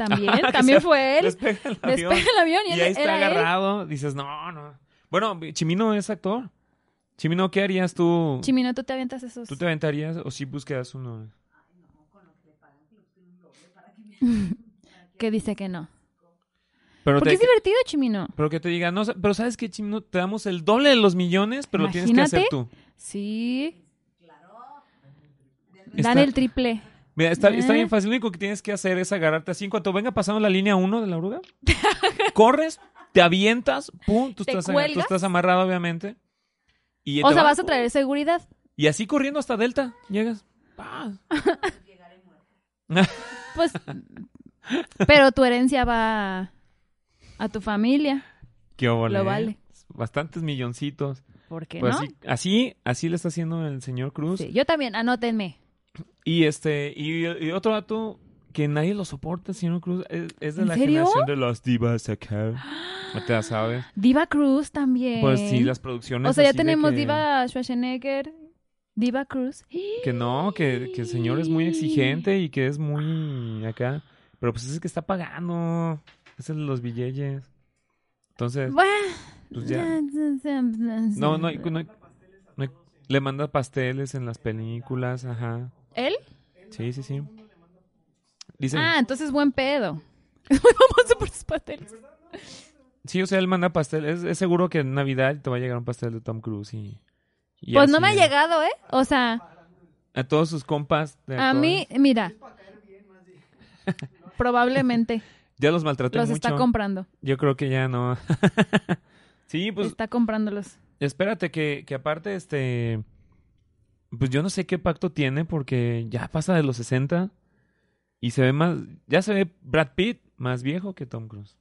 S3: También,
S2: Ajá, que
S3: también
S2: se-
S3: fue él.
S2: les pega el avión.
S3: [LAUGHS] Despega el avión y,
S2: Y
S3: él,
S2: ahí está
S3: era él.
S2: agarrado. Dices, no, no. Bueno, Chimino es actor. Chimino, ¿qué harías tú?
S3: Chimino, tú te avientas esos.
S2: ¿Tú te aventarías o sí buscas uno?
S3: Que dice que no.
S2: Pero
S3: Porque
S2: te-
S3: es divertido, Chimino.
S2: Pero que te digan, no, sa- pero sabes que Chimino, te damos el doble de los millones, pero lo tienes que hacer tú.
S3: Sí.
S2: Está-
S3: Dan el triple.
S2: Mira, está, está
S3: ¿Eh?
S2: bien fácil. Lo único que tienes que hacer es agarrarte así. En cuanto venga pasando la línea 1 de la
S3: [LAUGHS]
S2: oruga, corres, te avientas, pum, tú,
S3: ¿Te
S2: estás,
S3: cuelgas?
S2: tú estás amarrado, obviamente. Y
S3: O
S2: te
S3: sea,
S2: va-
S3: vas a traer seguridad.
S2: Y así corriendo hasta Delta, llegas. Pa.
S3: Pues. pero tu herencia va a tu familia.
S2: Qué óvole,
S3: Lo
S2: ¿eh?
S3: vale.
S2: Bastantes milloncitos.
S3: ¿Por qué
S2: Pues
S3: no?
S2: así, así, así le está haciendo el señor Cruz.
S3: Sí, Yo también, anótenme.
S2: Y este, y, y otro dato que nadie lo soporta, el señor Cruz, es, es de
S3: ¿En
S2: la
S3: serio?
S2: generación de las divas
S3: [GASPS]
S2: acá. No te la sabes.
S3: Diva Cruz también.
S2: Pues sí, las producciones.
S3: O sea, ya
S2: así de
S3: tenemos
S2: que-
S3: Diva Schwarzenegger, Diva Cruz.
S2: Que no, que, que el señor es muy exigente y que es muy acá. Pero pues es que está pagando. Es el de los billeyes. Entonces,
S3: Bueno.
S2: pues ya. No, no hay- no hay- no hay- le manda pasteles en las películas, ajá.
S3: ¿Él?
S2: Sí, sí, sí. Dice,
S3: Ah, entonces buen pedo. [LAUGHS] Es muy famoso por sus pasteles.
S2: sí, o sea, él manda pasteles. Es, es seguro que en Navidad te va a llegar un pastel de Tom Cruise y... y
S3: Pues
S2: así,
S3: no me ha llegado, ¿eh? O sea,
S2: A todos sus compas. de
S3: a
S2: actores.
S3: mí, mira. [LAUGHS]
S2: [LAUGHS]
S3: Probablemente
S2: Ya los maltraté
S3: los
S2: mucho.
S3: está comprando.
S2: Yo creo que ya no. [LAUGHS] sí, pues
S3: Está comprándolos.
S2: espérate que, que aparte, este... Pues yo no sé qué pacto tiene porque ya pasa de los 60 y se ve más... Ya se ve Brad Pitt más viejo que Tom Cruise.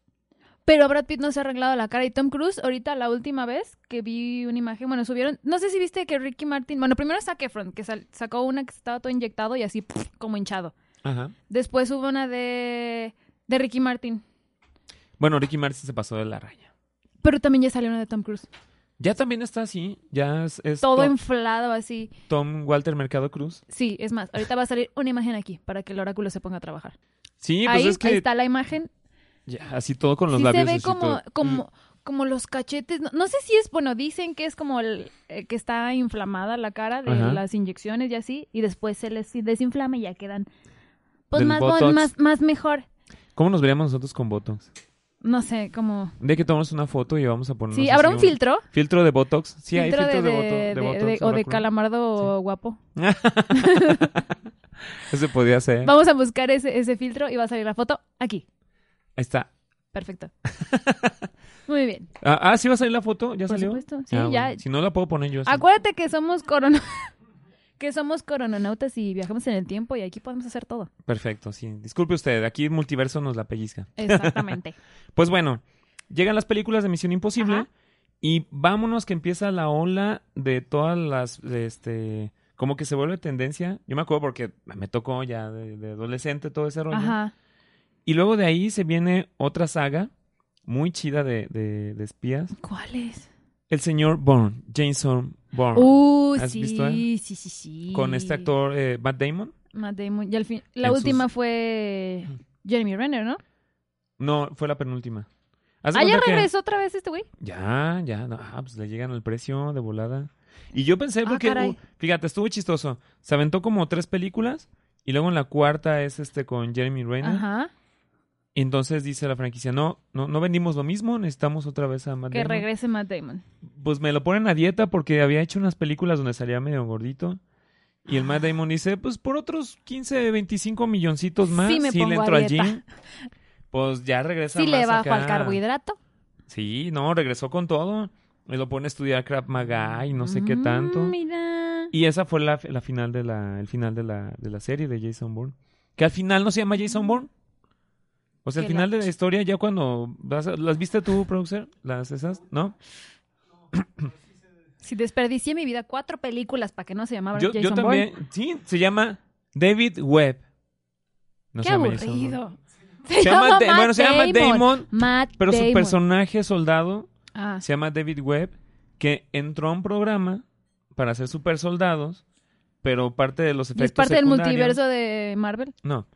S3: Pero Brad Pitt no se ha arreglado la cara. Y Tom Cruise, ahorita la última vez que vi una imagen, bueno, subieron. No sé si viste que Ricky Martin. Bueno, primero Zac Efron, que sal- sacó una que estaba todo inyectado y así pf, como hinchado.
S2: Ajá.
S3: Después hubo una de. de Ricky Martin.
S2: Bueno, Ricky Martin se pasó de la raya.
S3: Pero también ya salió una de Tom Cruise.
S2: Ya también está así, ya es, es
S3: Todo
S2: Tom,
S3: inflado así.
S2: Tom Walter Mercado Cruz.
S3: Sí, es más, ahorita va a salir una imagen aquí para que el oráculo se ponga a trabajar.
S2: Sí, pues
S3: ahí,
S2: es
S3: ahí
S2: que
S3: está la imagen.
S2: ya, así todo con los
S3: sí se
S2: labios.
S3: ve
S2: así
S3: como,
S2: todo. Mm.
S3: como, como los cachetes. No, no sé si es, bueno, dicen que es como el, eh, que está inflamada la cara de
S2: Ajá.
S3: las inyecciones y así, y después se les desinflama y ya quedan. Pues
S2: Del
S3: más, bon-
S2: Botox.
S3: más, más mejor.
S2: ¿Cómo nos veríamos nosotros con Botox?
S3: No sé, como.
S2: De que tomamos una foto y vamos a poner.
S3: Sí, habrá un filtro.
S2: Filtro de Botox. Sí, hay
S3: filtro
S2: filtros de, boto-
S3: de-
S2: de
S3: de-
S2: Botox.
S3: de- o de
S2: oráculo.
S3: calamardo guapo.
S2: [LAUGHS] Ese podía ser.
S3: Vamos a buscar ese, ese filtro y va a salir la foto aquí.
S2: Ahí está. [LAUGHS]
S3: Perfecto. Muy bien.
S2: Ah, ah, sí va a salir la foto. ¿Ya
S3: Por
S2: salió?
S3: supuesto, sí,
S2: Ah,
S3: ya.
S2: bueno. Si no la puedo poner yo. así.
S3: Acuérdate que somos corona [LAUGHS] que somos corononautas y viajamos en el tiempo y aquí podemos hacer todo.
S2: Perfecto, sí. Disculpe usted, aquí Multiverso nos la pellizca.
S3: Exactamente.
S2: Pues bueno, llegan las películas de Misión Imposible
S3: Ajá.
S2: y vámonos que empieza la ola de todas las, de este, como que se vuelve tendencia. Yo me acuerdo porque me tocó ya de, de adolescente todo ese [LAUGHS] rollo.
S3: Ajá.
S2: Y luego de ahí se viene otra saga muy chida de, de- de espías.
S3: ¿Cuál es?
S2: El señor Bourne, Jason Bourne.
S3: Uh,
S2: Ah, ¿Has
S3: sí,
S2: visto, eh?
S3: sí, sí, sí.
S2: Con este actor eh, Matt Damon.
S3: Matt Damon. Y al fin, la
S2: En sus-
S3: última fue Jeremy Renner, ¿no?
S2: No, fue la penúltima. Haz de
S3: Ah, ya
S2: cuenta que-
S3: regresó otra vez este güey.
S2: Ya, ya, no, ah, pues le llegan al precio de volada. Y yo pensé,
S3: Ah,
S2: porque,
S3: caray.
S2: uh, fíjate, estuvo chistoso. Se aventó como tres películas y luego en la cuarta es este con Jeremy Renner.
S3: Ajá.
S2: Y entonces dice la franquicia, no, no, no vendimos lo mismo, necesitamos otra vez a Matt
S3: Que
S2: Damon".
S3: regrese Matt Damon.
S2: Pues me lo ponen a dieta porque había hecho unas películas donde salía medio gordito. Y el
S3: Ah.
S2: Matt Damon dice, pues por otros 15, 25 milloncitos más,
S3: Sí me
S2: sí le
S3: pongo a
S2: entro al
S3: dieta.
S2: gym. Pues ya regresa
S3: Sí le
S2: más
S3: bajo al
S2: acá.
S3: carbohidrato.
S2: Sí, no, regresó con todo. Me lo pone a estudiar Krav Maga y no sé qué
S3: Mm,
S2: tanto.
S3: Mira.
S2: Y esa fue la, la final de la, el final de la, de la serie de Jason Bourne. Que al final no se llama Jason Bourne. O sea, al
S3: Mm. Qué
S2: final de la historia, ya cuando vas a- las viste tú, producer, las esas, ¿no?
S3: Si desperdicié mi vida cuatro películas para que no se llamaba
S2: Yo,
S3: Jason
S2: yo también,
S3: Bourne.
S2: sí, se llama David Webb. No
S3: Qué
S2: se llama Jason Bourne.
S3: aburrido.
S2: Se
S3: [LAUGHS]
S2: llama Da- bueno, se llama Damon,
S3: Matt
S2: Pero su
S3: Damon.
S2: personaje soldado
S3: Ah,
S2: se llama David Webb, que entró a un programa para ser super soldados, pero parte de los
S3: ¿y
S2: efectos
S3: es parte del
S2: secundarios-
S3: multiverso de Marvel?
S2: No,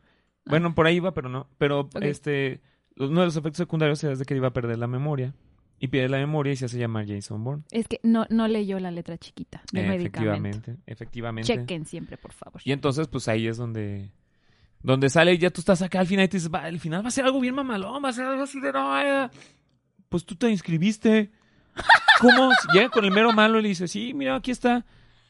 S2: Bueno, por ahí iba, pero no. Pero
S3: Ok.
S2: este, uno de los efectos secundarios es de que iba a perder la memoria. Y pierde la memoria y se hace llamar Jason Bourne.
S3: Es que no, no leyó la letra chiquita del medicamento.
S2: efectivamente, efectivamente.
S3: Chequen siempre, por favor.
S2: Y entonces, pues ahí es donde, donde sale y ya tú estás acá al final y te dices, va, el final va a ser algo bien mamalón, va a ser algo así de no. eh". Pues tú te
S3: [LAUGHS]
S2: inscribiste. ¿Cómo? Llega con el mero malo y le dice, sí, mira, aquí está.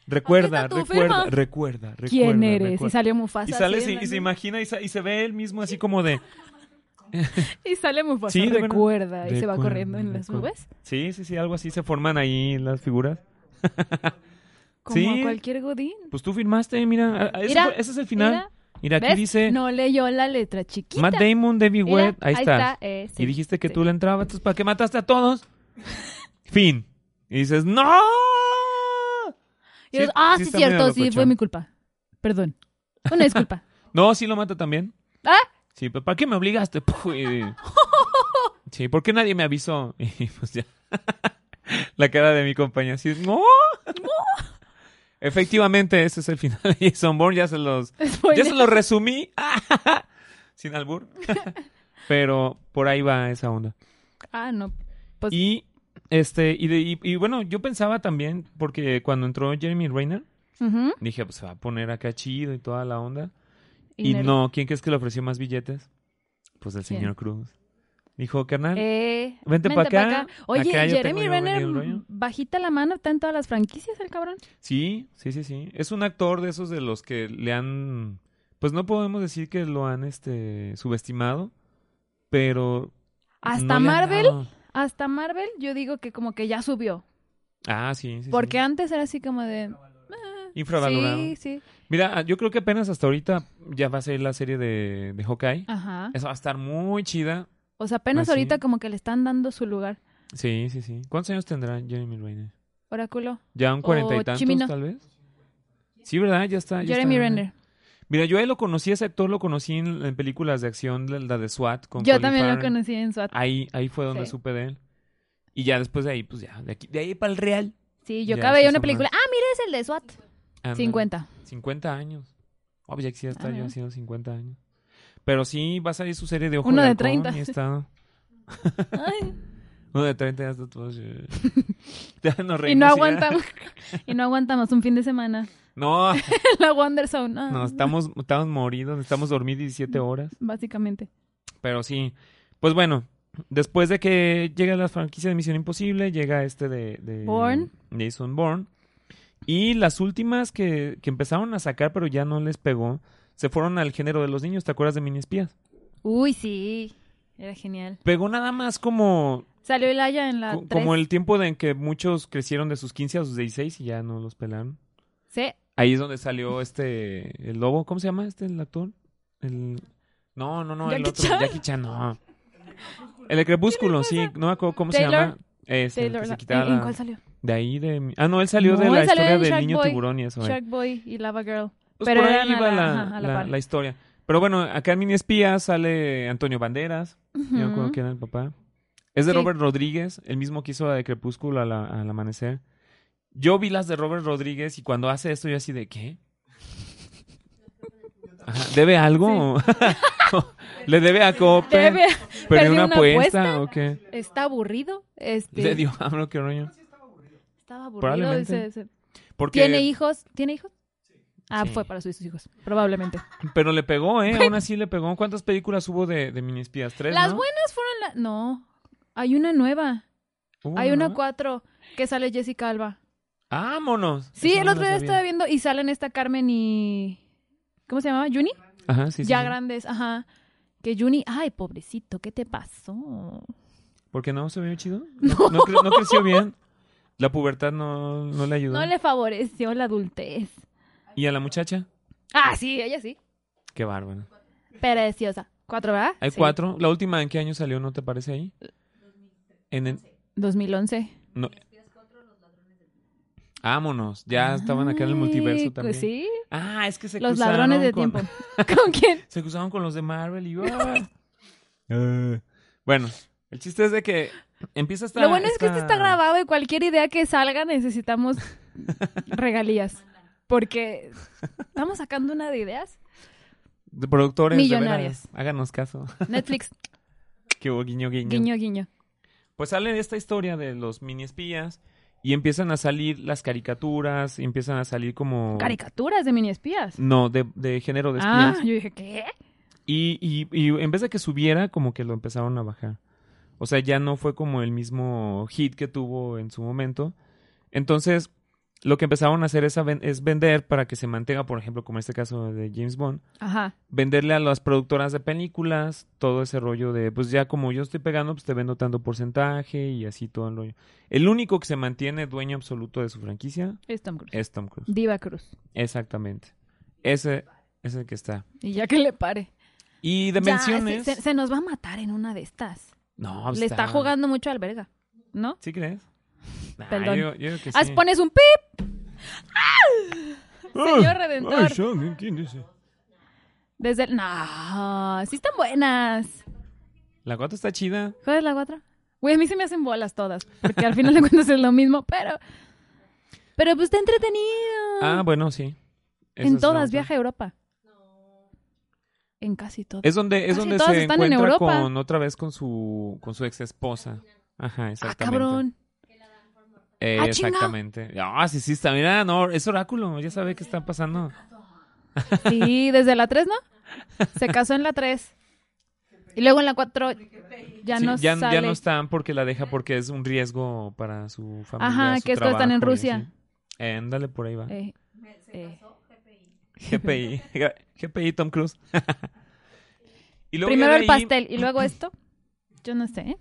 S2: Recuerda,
S3: Aquí está tu
S2: recuerda,
S3: firma.
S2: recuerda, recuerda.
S3: ¿Quién eres?
S2: recuerda".
S3: Y salió Mufasa.
S2: Y sale
S3: así en
S2: y,
S3: la
S2: y se
S3: nube.
S2: imagina y, sa- y se ve él mismo así como de.
S3: Y sale Mufasa.
S2: Sí, de verdad.
S3: recuerda. y se va
S2: Recuerda,
S3: corriendo en las
S2: recuerda.
S3: nubes.
S2: Sí, sí, sí, algo así se forman ahí las figuras.
S3: Como
S2: Sí.
S3: a cualquier godín.
S2: Pues tú firmaste, mira, a- a- ese,
S3: Mira,
S2: fue- ese es el final.
S3: Mira,
S2: Mira, aquí
S3: ¿ves?
S2: dice
S3: No leyó la letra chiquita.
S2: Matt Damon, Debbie
S3: Mira,
S2: Webb, ahí, está.
S3: eh, sí,
S2: y dijiste que
S3: sí.
S2: tú le entrabas, entonces ¿para qué mataste a
S3: [LAUGHS]
S2: todos? fin. Y dices, ¡No!
S3: Y eres, ah,
S2: sí
S3: sí,
S2: está
S3: cierto,
S2: medio
S3: sí, fue
S2: locochón.
S3: mi culpa. Perdón. Una disculpa.
S2: [LAUGHS] No, sí lo mata también.
S3: ¿Ah?
S2: Sí, pero ¿para qué me obligaste? [LAUGHS] Puf,
S3: [LAUGHS]
S2: y- sí, ¿por qué nadie me avisó? [LAUGHS] Y pues ya. La cara de mi compañía así, ¡no! [LAUGHS] Efectivamente, ese es el final de Jason Bourne, ya se los,
S3: Spoiler.
S2: ya se los resumí. [LAUGHS] Sin albur. [LAUGHS] Pero por ahí va esa onda.
S3: Ah, no. Pues,
S2: Y este, y, de- y- y bueno, yo pensaba también, porque cuando entró Jeremy Rayner,
S3: ujú,
S2: dije, pues se va a poner acá chido y toda la onda.
S3: y
S2: Y,
S3: nerd.
S2: no, ¿quién crees que le ofreció más billetes? Pues el
S3: ¿Quién?
S2: señor Cruz. Dijo, carnal,
S3: Eh,
S2: Vente pa'
S3: pa'
S2: acá,
S3: Oye,
S2: acá yo tengo
S3: Jeremy
S2: yo
S3: Renner,
S2: el rollo.
S3: bajita la mano, está en todas las franquicias el cabrón.
S2: sí, sí, sí, sí. Es un actor de esos de los que le han, pues no podemos decir que lo han, este, subestimado, pero...
S3: Hasta
S2: no le han
S3: Marvel.
S2: dado.
S3: Hasta Marvel, yo digo que como que ya subió.
S2: Ah, sí, sí. sí.
S3: porque antes era así como de. ah,
S2: Infravalorado.
S3: Sí, sí.
S2: Mira, yo creo que apenas hasta ahorita ya va a salir la serie de, de Hawkeye.
S3: Ajá.
S2: Esa va a estar muy chida.
S3: O sea, apenas
S2: Así.
S3: ahorita como que le están dando su lugar.
S2: Sí, sí, sí. ¿Cuántos años tendrá Jeremy Renner?
S3: Oráculo.
S2: Ya un cuarenta
S3: O
S2: y tantos,
S3: Oh, Chimino.
S2: tal vez. Sí, ¿verdad? Ya está. ya
S3: Jeremy
S2: está.
S3: Renner.
S2: Mira, yo ahí lo conocí, ese actor lo conocí en, en películas de acción, la, la de SWAT. Con
S3: Yo
S2: Colin
S3: también lo
S2: Farrell.
S3: conocí en SWAT.
S2: Ahí, ahí fue donde
S3: Sí.
S2: supe de él. Y ya después de ahí, pues ya, de, aquí, de ahí para el real.
S3: Sí, yo
S2: Ya,
S3: acabé
S2: sí
S3: una
S2: son
S3: película. Ah, mira, es el de SWAT.
S2: Ándale.
S3: 50.
S2: 50 años. Oh, ya quisiera estar
S3: Ah,
S2: yo
S3: mira.
S2: haciendo 50 años. Pero sí, va a salir su serie de Ojo
S3: Uno de
S2: Halcón
S3: 30.
S2: y está-
S3: Ay,
S2: [LAUGHS] Uno de 30 ya está todo así. [LAUGHS] Ya nos
S3: y no
S2: reímos ya.
S3: aguantamos. [LAUGHS] y no aguantamos un fin de semana. [LAUGHS]
S2: No,
S3: la Wonder Zone. ah,
S2: no, estamos, estamos moridos, estamos dormidos 17 horas.
S3: Básicamente.
S2: Pero sí. Pues bueno, después de que llega la franquicia de Misión Imposible, llega este de, de
S3: Bourne.
S2: Jason Bourne. Y las últimas que, que empezaron a sacar, pero ya no les pegó, se fueron al género de los niños. ¿Te acuerdas de Mini Espías?
S3: Uy, sí. Era genial.
S2: Pegó nada más como,
S3: Salió Elaya en la
S2: co-
S3: 3.
S2: como el tiempo de en que muchos crecieron de sus 15 a sus 16 y ya no los pelaron.
S3: Sí.
S2: Ahí es donde salió este, el lobo, ¿cómo se llama este, el actor? El... No, no, no, el
S3: Jackie
S2: otro,
S3: Chan.
S2: Jackie Chan, no. El de Crepúsculo, sí, no me acuerdo cómo se
S3: Taylor-
S2: llama. Este, el que
S3: Taylor,
S2: se
S3: la-
S2: quitaba
S3: ¿en- ¿En
S2: la-
S3: cuál salió?
S2: De ahí, de... Ah, no, él salió
S3: No,
S2: de
S3: él
S2: la
S3: salió
S2: historia
S3: en
S2: del
S3: Shark
S2: niño
S3: Boy.
S2: tiburón y eso. eh.
S3: Shark Boy y Lava Girl.
S2: Pues
S3: pero
S2: por ahí
S3: eran a
S2: iba
S3: la-
S2: la,
S3: ajá, a la
S2: la-
S3: par.
S2: la historia. Pero bueno, acá en Mini Espías sale Antonio Banderas, yo me acuerdo
S3: Ujú. [LAUGHS]
S2: que era el papá. Es de
S3: Sí.
S2: Robert Rodríguez, el mismo que hizo la de Crepúsculo al, al amanecer. Yo vi las de Robert Rodríguez y cuando hace esto yo así de ¿qué? Ajá, ¿Debe algo? [LAUGHS] ¿Le debe a Cope?
S3: Debe-
S2: ¿Perdió
S3: perdió
S2: una
S3: una
S2: apuesta, o qué?
S3: [LAUGHS] Está aburrido. Este,
S2: Le dio [LAUGHS] hambre, qué rollo.
S3: Estaba aburrido.
S2: Probablemente.
S3: se- se-
S2: Porque,
S3: ¿Tiene hijos? ¿Tiene hijos? Ah,
S2: Sí.
S3: fue para sus hijos, probablemente.
S2: Pero le pegó, ¿eh? Aún así le pegó. ¿Cuántas películas hubo de, de Mini Espías? ¿Tres,
S3: Las
S2: no?
S3: buenas fueron la... No, hay una nueva.
S2: Hubo
S3: hay una
S2: ¿no?
S3: cuatro que sale Jessica Alba.
S2: ¡Vámonos!
S3: Sí,
S2: Esa
S3: el
S2: no
S3: otro
S2: la
S3: día
S2: sabía.
S3: estaba viendo y salen esta Carmen y... ¿Cómo se llamaba? ¿Juni?
S2: Ajá, sí, sí,
S3: ya
S2: sí.
S3: grandes, ajá. Que Juni... Ay, pobrecito, ¿qué te pasó?
S2: ¿Por qué no se vio
S3: [LAUGHS]
S2: chido? ¿No, no cre- no creció bien? La pubertad no, no le ayudó.
S3: No le favoreció la adultez.
S2: ¿Y a la muchacha?
S3: Ah, sí, ella sí.
S2: Qué bárbaro.
S3: Preciosa. Cuatro, ¿verdad?
S2: Hay
S3: Sí.
S2: cuatro. ¿La última en qué año salió? ¿No te parece ahí? En el...
S3: 2011.
S2: no. Vámonos. Ya Ah, estaban acá en el
S3: Ay,
S2: multiverso
S3: pues
S2: también.
S3: sí,
S2: Ah, es que se
S3: los
S2: cruzaron
S3: ladrones de
S2: con- [LAUGHS]
S3: tiempo. [LAUGHS] ¿Con quién?
S2: Se cruzaron con los de Marvel
S3: [LAUGHS]
S2: y... ¡ah! Eh, bueno, el chiste es de que empieza esta...
S3: Lo bueno es que este
S2: esta-
S3: está grabado y cualquier idea que
S2: [LAUGHS]
S3: salga necesitamos regalías. Porque estamos sacando una de ideas.
S2: de productores. de veras,
S3: Millonarias.
S2: háganos caso. [LAUGHS]
S3: Netflix,
S2: Qué hubo, guiño, guiño.
S3: guiño, guiño.
S2: Pues sale esta historia de los mini espías y empiezan a salir las caricaturas, y empiezan a salir como...
S3: Caricaturas de mini espías.
S2: No, de, de género de
S3: Ah,
S2: espías.
S3: yo dije, ¿qué?
S2: Y, y, y en vez de que subiera, como que lo empezaron a bajar. O sea, ya no fue como el mismo hit que tuvo en su momento. Entonces, lo que empezaron a hacer es, a ven- es vender para que se mantenga, por ejemplo, como este caso de James Bond,
S3: Ajá.
S2: venderle a las productoras de películas todo ese rollo de, pues ya como yo estoy pegando, pues te vendo tanto porcentaje y así todo el rollo. El único que se mantiene dueño absoluto de su franquicia
S3: Es Tom Cruise.
S2: es Tom Cruise.
S3: Diva Cruz.
S2: Exactamente. Ese es el que está.
S3: Y ya que le pare.
S2: Y de
S3: Ya,
S2: menciones...
S3: se, se- se nos va a matar en una de estas.
S2: No, pues,
S3: Le está jugando mucho al verga, ¿no?
S2: ¿Sí crees? Nah,
S3: Perdón. Ah,
S2: yo- yo creo que
S3: Haz-
S2: sí.
S3: pones un pip. ¡Ah! Señor Redentor.
S2: Sean, ¿quién dice?
S3: Desde el... No, sí están buenas.
S2: La cuota está chida.
S3: ¿Cuál es la otra? Güey, a mí se me hacen bolas todas, porque al final de [LAUGHS] cuentas es lo mismo, pero... Pero pues está entretenido.
S2: Ah, bueno, sí. Esa
S3: en
S2: es la
S3: todas,
S2: otra.
S3: viaja a Europa. En casi todas. Ah,
S2: Es donde, es
S3: Casi
S2: donde
S3: todas
S2: se
S3: están en
S2: encuentra
S3: Europa.
S2: con otra vez con su, con su ex esposa. Ajá,
S3: ah,
S2: exactamente.
S3: cabrón.
S2: Eh,
S3: Ah, chinga.
S2: exactamente. Ah, sí, sí, está. Mira, no, es oráculo. Ya sabe qué está pasando. [LAUGHS]
S3: Sí, desde la 3, ¿no? Se casó en la 3. Y luego en la 4 ya
S2: Sí,
S3: no
S2: ya,
S3: sale.
S2: ya no están porque la deja porque es un riesgo para su familia.
S3: Ajá,
S2: su
S3: que es cuando están en
S2: trabajo y
S3: Rusia.
S2: así. Eh, ándale, por ahí va.
S3: Eh, eh.
S2: [LAUGHS] GPI. GPI Tom Cruise. [LAUGHS] y luego ya
S3: Primero
S2: de
S3: el
S2: ahí,
S3: pastel
S2: [CLEARS THROAT]
S3: y luego esto. Yo no sé. ¿eh?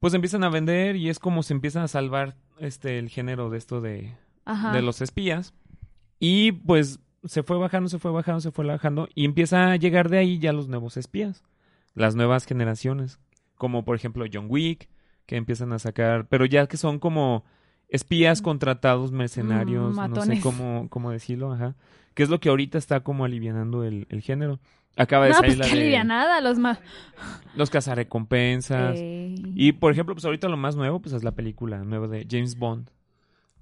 S2: Pues empiezan a vender y es como se empiezan a salvar este el género de esto de,
S3: Ajá.
S2: de los espías. Y pues se fue bajando, se fue bajando, se fue bajando. Y empieza a llegar de ahí ya los nuevos espías. Las nuevas generaciones. Como por ejemplo John Wick, que empiezan a sacar. Pero ya que son como espías contratados, mercenarios,
S3: Mm,
S2: no sé
S3: matones.
S2: cómo, cómo decirlo, ajá. Que es lo que ahorita está como alivianando el, el género. Acaba de
S3: no,
S2: salir
S3: pues
S2: la
S3: qué
S2: de
S3: alivianada los Eh, más.
S2: los cazarecompensas. Y por ejemplo, pues ahorita lo más nuevo pues es la película nueva de James Bond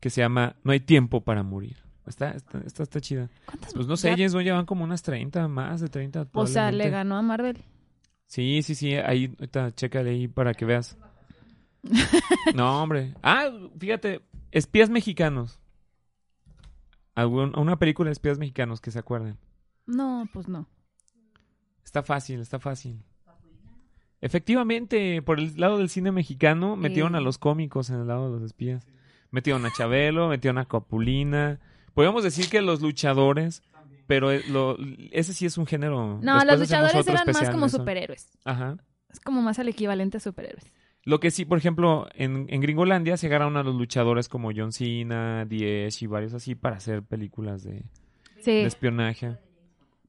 S2: que se llama No hay tiempo para morir. Está está está, está chida.
S3: ¿Cuántas?
S2: Pues no sé,
S3: ya-
S2: James Bond ya van como unas 30 más de 30
S3: o sea, le
S2: probablemente.
S3: ganó a Marvel.
S2: Sí, sí, sí, ahí ahorita chécale ahí para que
S3: [LAUGHS]
S2: veas. No, hombre. Ah, fíjate, espías mexicanos. Algún- una película de espías mexicanos que se acuerden.
S3: No, pues no.
S2: Está fácil, está fácil. Efectivamente, por el lado del cine mexicano metieron
S3: Eh.
S2: a los cómicos en el lado de los espías. Metieron a Chabelo, metieron a Capulina. Podríamos decir que los luchadores, pero eh, lo- ese sí es un género.
S3: No,
S2: Después
S3: los
S2: hacemos
S3: luchadores
S2: otro
S3: eran más
S2: especial
S3: como
S2: de eso.
S3: superhéroes.
S2: Ajá.
S3: Es como más el equivalente a superhéroes.
S2: Lo que sí, por ejemplo, en, en Gringolandia se agarraron a los luchadores como John Cena, Diez y varios así para hacer películas de, de
S3: Sí,
S2: espionaje.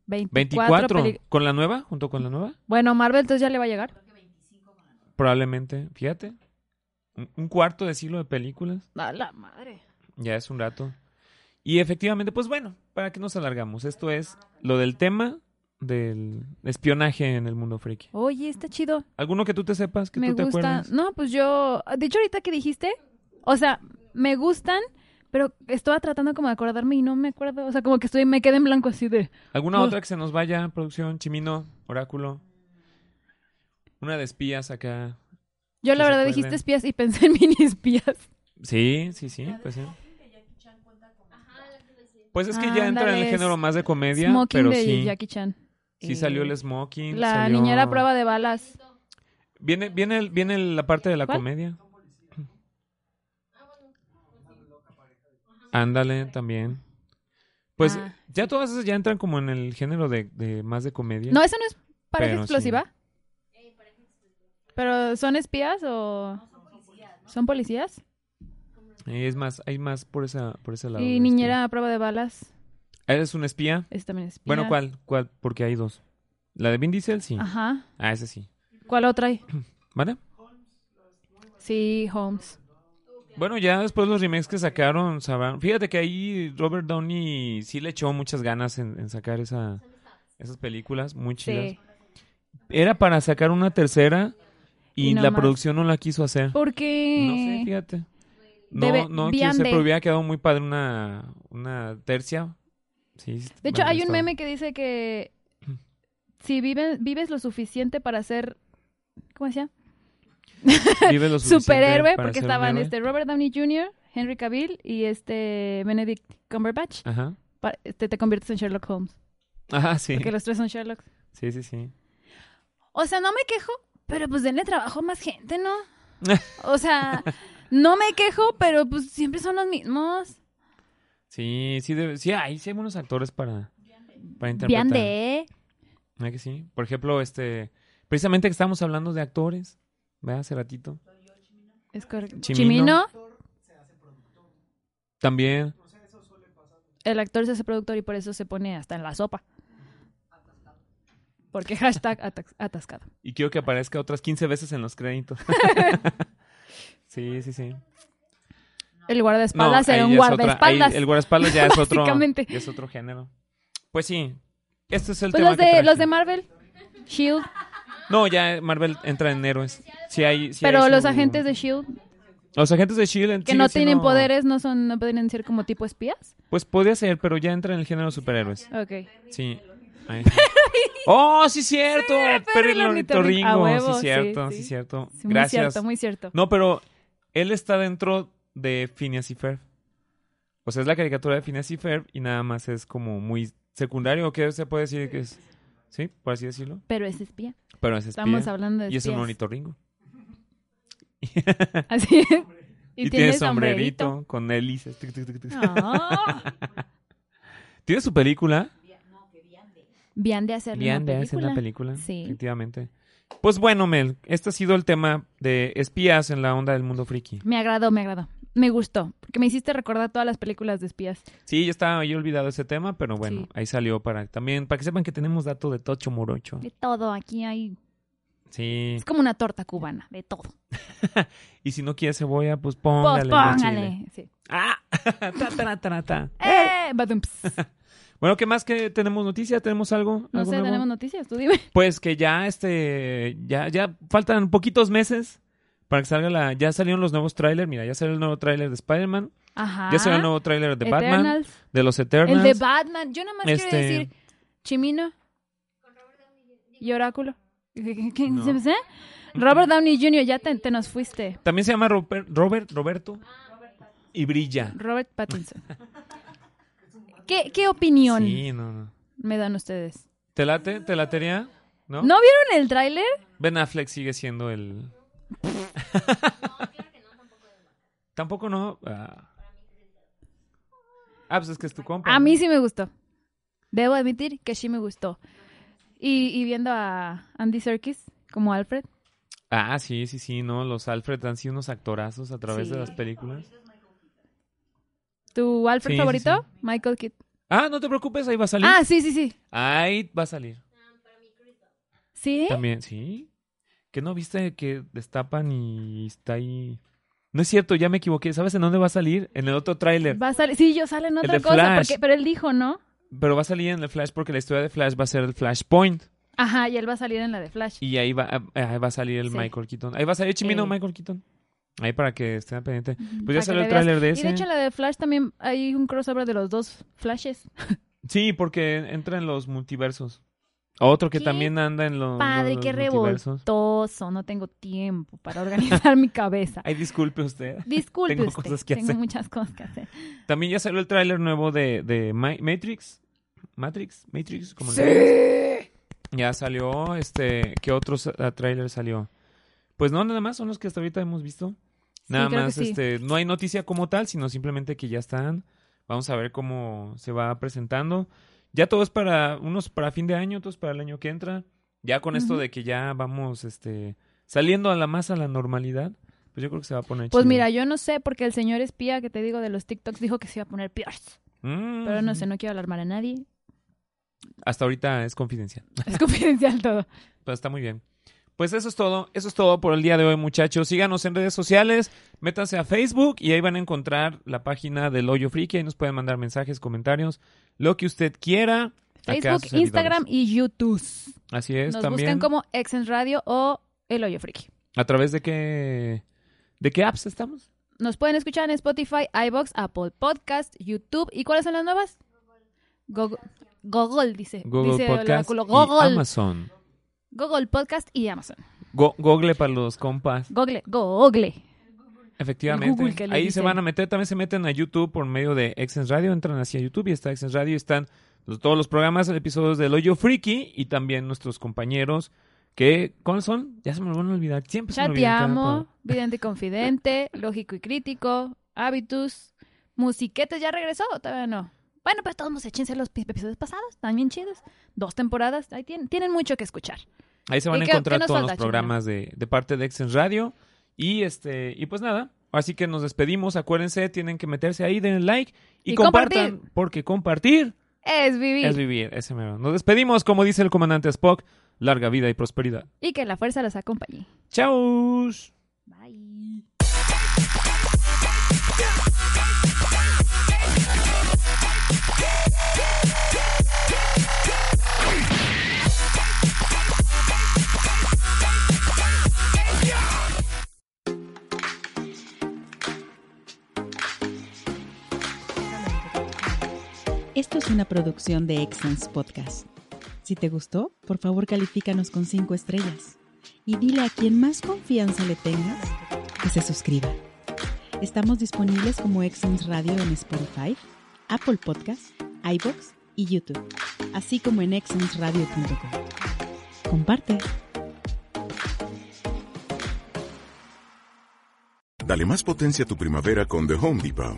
S3: 24.
S2: 24,
S3: peli-
S2: ¿con la nueva? ¿Junto con la nueva?
S3: Bueno, Marvel entonces ya le va a llegar.
S2: Probablemente, fíjate. Un, un cuarto de siglo de películas.
S3: A la madre.
S2: Ya es un rato. Y efectivamente, pues bueno, ¿para qué nos alargamos? Esto es lo del tema del espionaje en el mundo friki.
S3: Oye, está chido.
S2: ¿Alguno que tú te sepas, que
S3: me
S2: tú te
S3: gusta.
S2: acuerdas?
S3: No, pues yo. De hecho, ahorita que dijiste, o sea, me gustan, pero estaba tratando como de acordarme y no me acuerdo. O sea, como que estoy, me quedé en blanco así de.
S2: ¿Alguna
S3: Oh.
S2: otra que se nos vaya? Producción, Chimino, Oráculo. Una de espías acá.
S3: Yo
S2: Que
S3: la
S2: se
S3: verdad
S2: acuerden.
S3: dijiste espías y pensé en [LAUGHS] mini espías.
S2: Sí, sí, sí, pues sí. Pues es que ya entra en el
S3: Ándale,
S2: género más de comedia,
S3: Smoking
S2: pero
S3: de
S2: sí.
S3: Jackie Chan.
S2: Sí
S3: Eh,
S2: salió el smoking.
S3: La
S2: salió-
S3: niñera a prueba de balas.
S2: Viene, viene, el- viene la parte de la
S3: ¿Cuál?
S2: comedia. Ándale, también. Pues
S3: Ah,
S2: ya todas esas ya entran como en el género de, de más de comedia.
S3: No, eso no es pareja
S2: Pero sí.
S3: explosiva. Pero son espías o son policías
S2: Eh, Es más, hay más por esa, por ese lado.
S3: y
S2: del
S3: niñera a prueba de balas.
S2: espía. ¿Eres un espía?
S3: Es también espía.
S2: Bueno, ¿cuál? ¿Cuál? Porque hay dos. La de Vin Diesel, sí.
S3: Ajá.
S2: Ah, ese sí.
S3: ¿Cuál otra hay?
S2: ¿Vale?
S3: Sí, Holmes.
S2: Bueno, ya después los remakes que sacaron, sabrán. Fíjate que ahí Robert Downey sí le echó muchas ganas en, en sacar esa, esas películas muy chidas.
S3: Sí.
S2: Era para sacar una tercera y,
S3: Y no
S2: la
S3: más.
S2: producción no la quiso hacer. No sé,
S3: Porque
S2: fíjate. No,
S3: Debe-
S2: no quiso
S3: Viande.
S2: hacer, pero hubiera quedado muy padre una, una tercia. Sí,
S3: de hecho
S2: bueno,
S3: hay un
S2: está-
S3: meme que dice que si vive- vives lo suficiente para ser, ¿cómo decía?
S2: Vive lo suficiente
S3: Superhéroe,
S2: para
S3: porque
S2: ser un
S3: estaban
S2: héroe.
S3: este Robert Downey Jr., Henry Cavill y este Benedict Cumberbatch.
S2: Ajá.
S3: Pa- este, te conviertes en Sherlock Holmes,
S2: Ajá, sí.
S3: porque los tres son Sherlock.
S2: Sí, sí, sí.
S3: O sea, no me quejo, pero pues denle trabajo a más
S2: [LAUGHS]
S3: gente, ¿no? O sea, no me quejo, pero pues siempre son los mismos.
S2: Sí, sí, debe- sí, ahí sí hay buenos actores para, para interpretar.
S3: Vean de...
S2: ¿Verdad que sí? Por ejemplo, este, precisamente que estábamos hablando de actores, ¿verdad? Hace ratito.
S3: Es correcto.
S2: Chimino.
S3: Chimino.
S2: También.
S3: el actor se hace productor y por eso se pone hasta en la sopa. Porque hashtag atac- atascado.
S2: Y quiero que aparezca otras 15 veces en los
S3: [LAUGHS]
S2: créditos. sí, sí, sí.
S3: El guardaespaldas
S2: ahí
S3: era un
S2: ya es otra-
S3: guardaespaldas.
S2: ahí el guardaespaldas ya es otro,
S3: [LAUGHS] Básicamente.
S2: ya es otro género. Pues sí, este es el
S3: Pues
S2: tema
S3: los
S2: que
S3: de,
S2: traje.
S3: los de Marvel, Shield,
S2: No, ya Marvel entra en héroes. Sí hay, sí hay
S3: pero los
S2: su-
S3: agentes de Shield
S2: Los agentes de S.H.I.E.L.D. en-
S3: que
S2: E sigue
S3: no tienen
S2: siendo-
S3: poderes, no son, no pueden ser como tipo espías.
S2: Pues podría ser, pero ya entra en el género superhéroes.
S3: Ok.
S2: Sí.
S3: [LAUGHS]
S2: Ahí está. ¡Oh, sí cierto! Perry
S3: Perry
S2: el
S3: el ornitorrinco. A
S2: ornitorrinco. sí
S3: huevo, sí,
S2: cierto, sí,
S3: sí.
S2: cierto.
S3: Sí, muy
S2: Gracias.
S3: cierto, muy cierto.
S2: No, pero él está dentro de Phineas y Ferb. O sea, es la caricatura de Phineas y Ferb y nada más es como muy secundario. ¿o ¿Qué se puede decir que es? Sí, por así decirlo.
S3: Pero es espía.
S2: Pero es espía.
S3: Estamos hablando de
S2: y
S3: espías.
S2: es un ornitorrinco.
S3: [LAUGHS] Así es. Y, tiene sombrerito.
S2: sombrerito con hélices. Tic, tic, tic, tic.
S3: Ah.
S2: ¿Tiene su película?
S3: Bien de hacer
S2: Bien,
S3: una
S2: de hacer
S3: película.
S2: una película.
S3: Sí.
S2: Efectivamente. Pues bueno, Mel, este ha sido el tema de espías en la onda del mundo friki.
S3: Me agradó, me agradó. Me gustó. Porque me hiciste recordar todas las películas de espías.
S2: Sí, yo estaba yo olvidado ese tema, pero bueno,
S3: Sí.
S2: ahí salió para también, para que sepan que tenemos dato de Tocho Morocho.
S3: De todo, aquí hay.
S2: Sí.
S3: Es como una torta cubana, Pues, de todo.
S2: Y si no quieres cebolla, pues
S3: Pues
S2: póngale. más chile.
S3: póngale. Sí.
S2: Ah, [LAUGHS] ta, ta, ta, ta.
S3: ¡Eh! badum, ps.
S2: Bueno, ¿qué más que tenemos noticia? ¿Tenemos algo?
S3: No
S2: ¿Algo
S3: sé,
S2: nuevo?
S3: tenemos noticias, tú dime.
S2: Pues que ya este ya ya faltan poquitos meses para que salga la ya salieron los nuevos trailers, mira, ya salió el nuevo tráiler de Spider-Man,
S3: Ajá.
S2: ya salió el nuevo tráiler de Batman,
S3: Ah, Eternals.
S2: de los Eternals.
S3: El de Batman. Yo nada más
S2: Este-
S3: quiero decir Chimino y Oráculo. ¿Qué- qué-
S2: No.
S3: se me sé? Robert Downey Jr., ya te, te nos fuiste.
S2: También se llama Robert, Robert- Roberto
S3: Ah,
S2: y brilla.
S3: Robert
S2: [LAUGHS]
S3: Pattinson. ¿Qué, qué opinión
S2: Sí, no, no.
S3: me dan ustedes?
S2: ¿Te late? ¿Te latería? ¿No?
S3: ¿No vieron el tráiler?
S2: Ben Affleck sigue siendo el [LAUGHS] Tampoco no. Ah. Ah, pues es que es tu compa. ¿no?
S3: A mí sí me gustó. Debo admitir que sí me gustó. Y, y viendo a Andy Serkis como Alfred.
S2: Ah, sí, sí, sí, no, los Alfred han sido unos actorazos a través de
S3: Sí.
S2: las películas.
S3: ¿Tu Alfred
S2: Sí, sí,
S3: favorito? Michael Kidd.
S2: Ah, no te preocupes, ahí va a salir.
S3: Ah, sí, sí, sí.
S2: Ahí va a salir.
S3: ¿Sí?
S2: También, sí. Que no viste que destapan y está ahí. No es cierto, ya me equivoqué. ¿Sabes en dónde va a salir? En el otro tráiler.
S3: Va a salir- sí, yo sale en otra
S2: de
S3: cosa.
S2: Flash.
S3: Porque, pero él dijo, ¿no?
S2: Pero va a salir en el Flash porque la historia de Flash va a ser el Flashpoint.
S3: Ajá, y él va a salir en la de Flash.
S2: Y ahí va, ah, ahí va a salir el
S3: Sí.
S2: Michael Keaton. Ahí va a salir Chimino
S3: Eh.
S2: Michael Keaton. Ahí para que estén pendientes. Pues
S3: Para
S2: ya
S3: que
S2: salió
S3: le
S2: el
S3: veas.
S2: tráiler de
S3: Y
S2: ese.
S3: de hecho, la de Flash también hay un crossover de los dos Flashes.
S2: Sí, porque entra en los multiversos. Otro que
S3: Qué
S2: también anda en los,
S3: Padre,
S2: los
S3: qué
S2: multiversos.
S3: revoltoso. No tengo tiempo para organizar [LAUGHS] mi cabeza.
S2: Ay, disculpe usted. [LAUGHS]
S3: Disculpe
S2: Tengo
S3: usted,
S2: cosas que
S3: tengo
S2: hacer.
S3: muchas cosas que hacer.
S2: También ya salió el tráiler nuevo de, de Ma- Matrix. Matrix, Matrix, como le digas.
S3: Sí.
S2: Ya salió, este, ¿qué otro sa- ah, tráiler salió? Pues no, nada más son los que hasta ahorita hemos visto. Nada
S3: creo que
S2: más,
S3: sí.
S2: este, no hay noticia como tal, sino simplemente que ya están. Vamos a ver cómo se va presentando. Ya todo es para, unos para fin de año, otros para el año que entra. Ya con esto
S3: Ujú.
S2: de que ya vamos, este, saliendo a la más a la normalidad, pues yo creo que se va a poner
S3: Pues
S2: chido.
S3: mira, yo no sé, porque el señor espía que te digo de los TikToks dijo que se iba a poner peors.
S2: Mm.
S3: Pero no sé, no quiero alarmar a nadie. [LAUGHS]
S2: Hasta ahorita es confidencial.
S3: Es confidencial todo.
S2: Pues está muy bien. Pues eso es todo, eso es todo por el día de hoy, muchachos. Síganos en redes sociales, métanse a Facebook y ahí van a encontrar la página del Hoyo Friki. Ahí nos pueden mandar mensajes, comentarios, lo que usted quiera. Acá
S3: Facebook,
S2: sus servidores.
S3: Instagram y YouTube.
S2: Así es,
S3: Nos
S2: también.
S3: buscan como Exens Radio o El Hoyo Friki.
S2: ¿A través de qué, de qué apps estamos?
S3: Nos pueden escuchar en Spotify, iBox, Apple Podcast, YouTube. ¿Y cuáles son las nuevas? Google, Google, dice.
S2: Google
S3: dice el
S2: Podcast
S3: oráculo.
S2: y
S3: Google.
S2: Amazon.
S3: Google Podcast y Amazon.
S2: Go- Google para los compas.
S3: Google. Google.
S2: Efectivamente.
S3: Google que le
S2: Ahí se
S3: dicen.
S2: van a meter, también se meten a YouTube por medio de Exens Radio, entran hacia YouTube y está Exens Radio, y están los- todos los programas, episodios del Hoyo Friki y también nuestros compañeros que, ¿cuáles son? Ya se me van a olvidar, siempre se me olvidan cada
S3: Chateamo,
S2: programa.
S3: [LAUGHS] Vidente y Confidente, Lógico y Crítico, Habitus, Musiquetes ya regresó, o todavía no. Bueno, pues todos échense los pi- episodios pasados, también chidos. Dos temporadas, ahí tienen, tienen mucho que escuchar.
S2: Ahí se van
S3: ¿Y
S2: a
S3: qué-
S2: encontrar
S3: qué nos
S2: todos
S3: falta,
S2: los programas de, de parte de Exens Radio y este y pues nada, así que nos despedimos, acuérdense, tienen que meterse ahí, den like y,
S3: Y
S2: compartan,
S3: compartir.
S2: porque compartir
S3: Es vivir.
S2: es vivir, ese mero. Nos despedimos, como dice el comandante Spock, larga vida y prosperidad.
S3: Y que la fuerza los acompañe.
S2: Chau.
S3: Bye.
S5: Esto es una producción de Excellence Podcast. Si te gustó, por favor califícanos con 5 estrellas y dile a quien más confianza le tengas que se suscriba. Estamos disponibles como Excellence Radio en Spotify, Apple Podcasts, iBox y YouTube, así como en excellenceradio.com. Comparte.
S6: Dale más potencia a tu primavera con The Home Depot.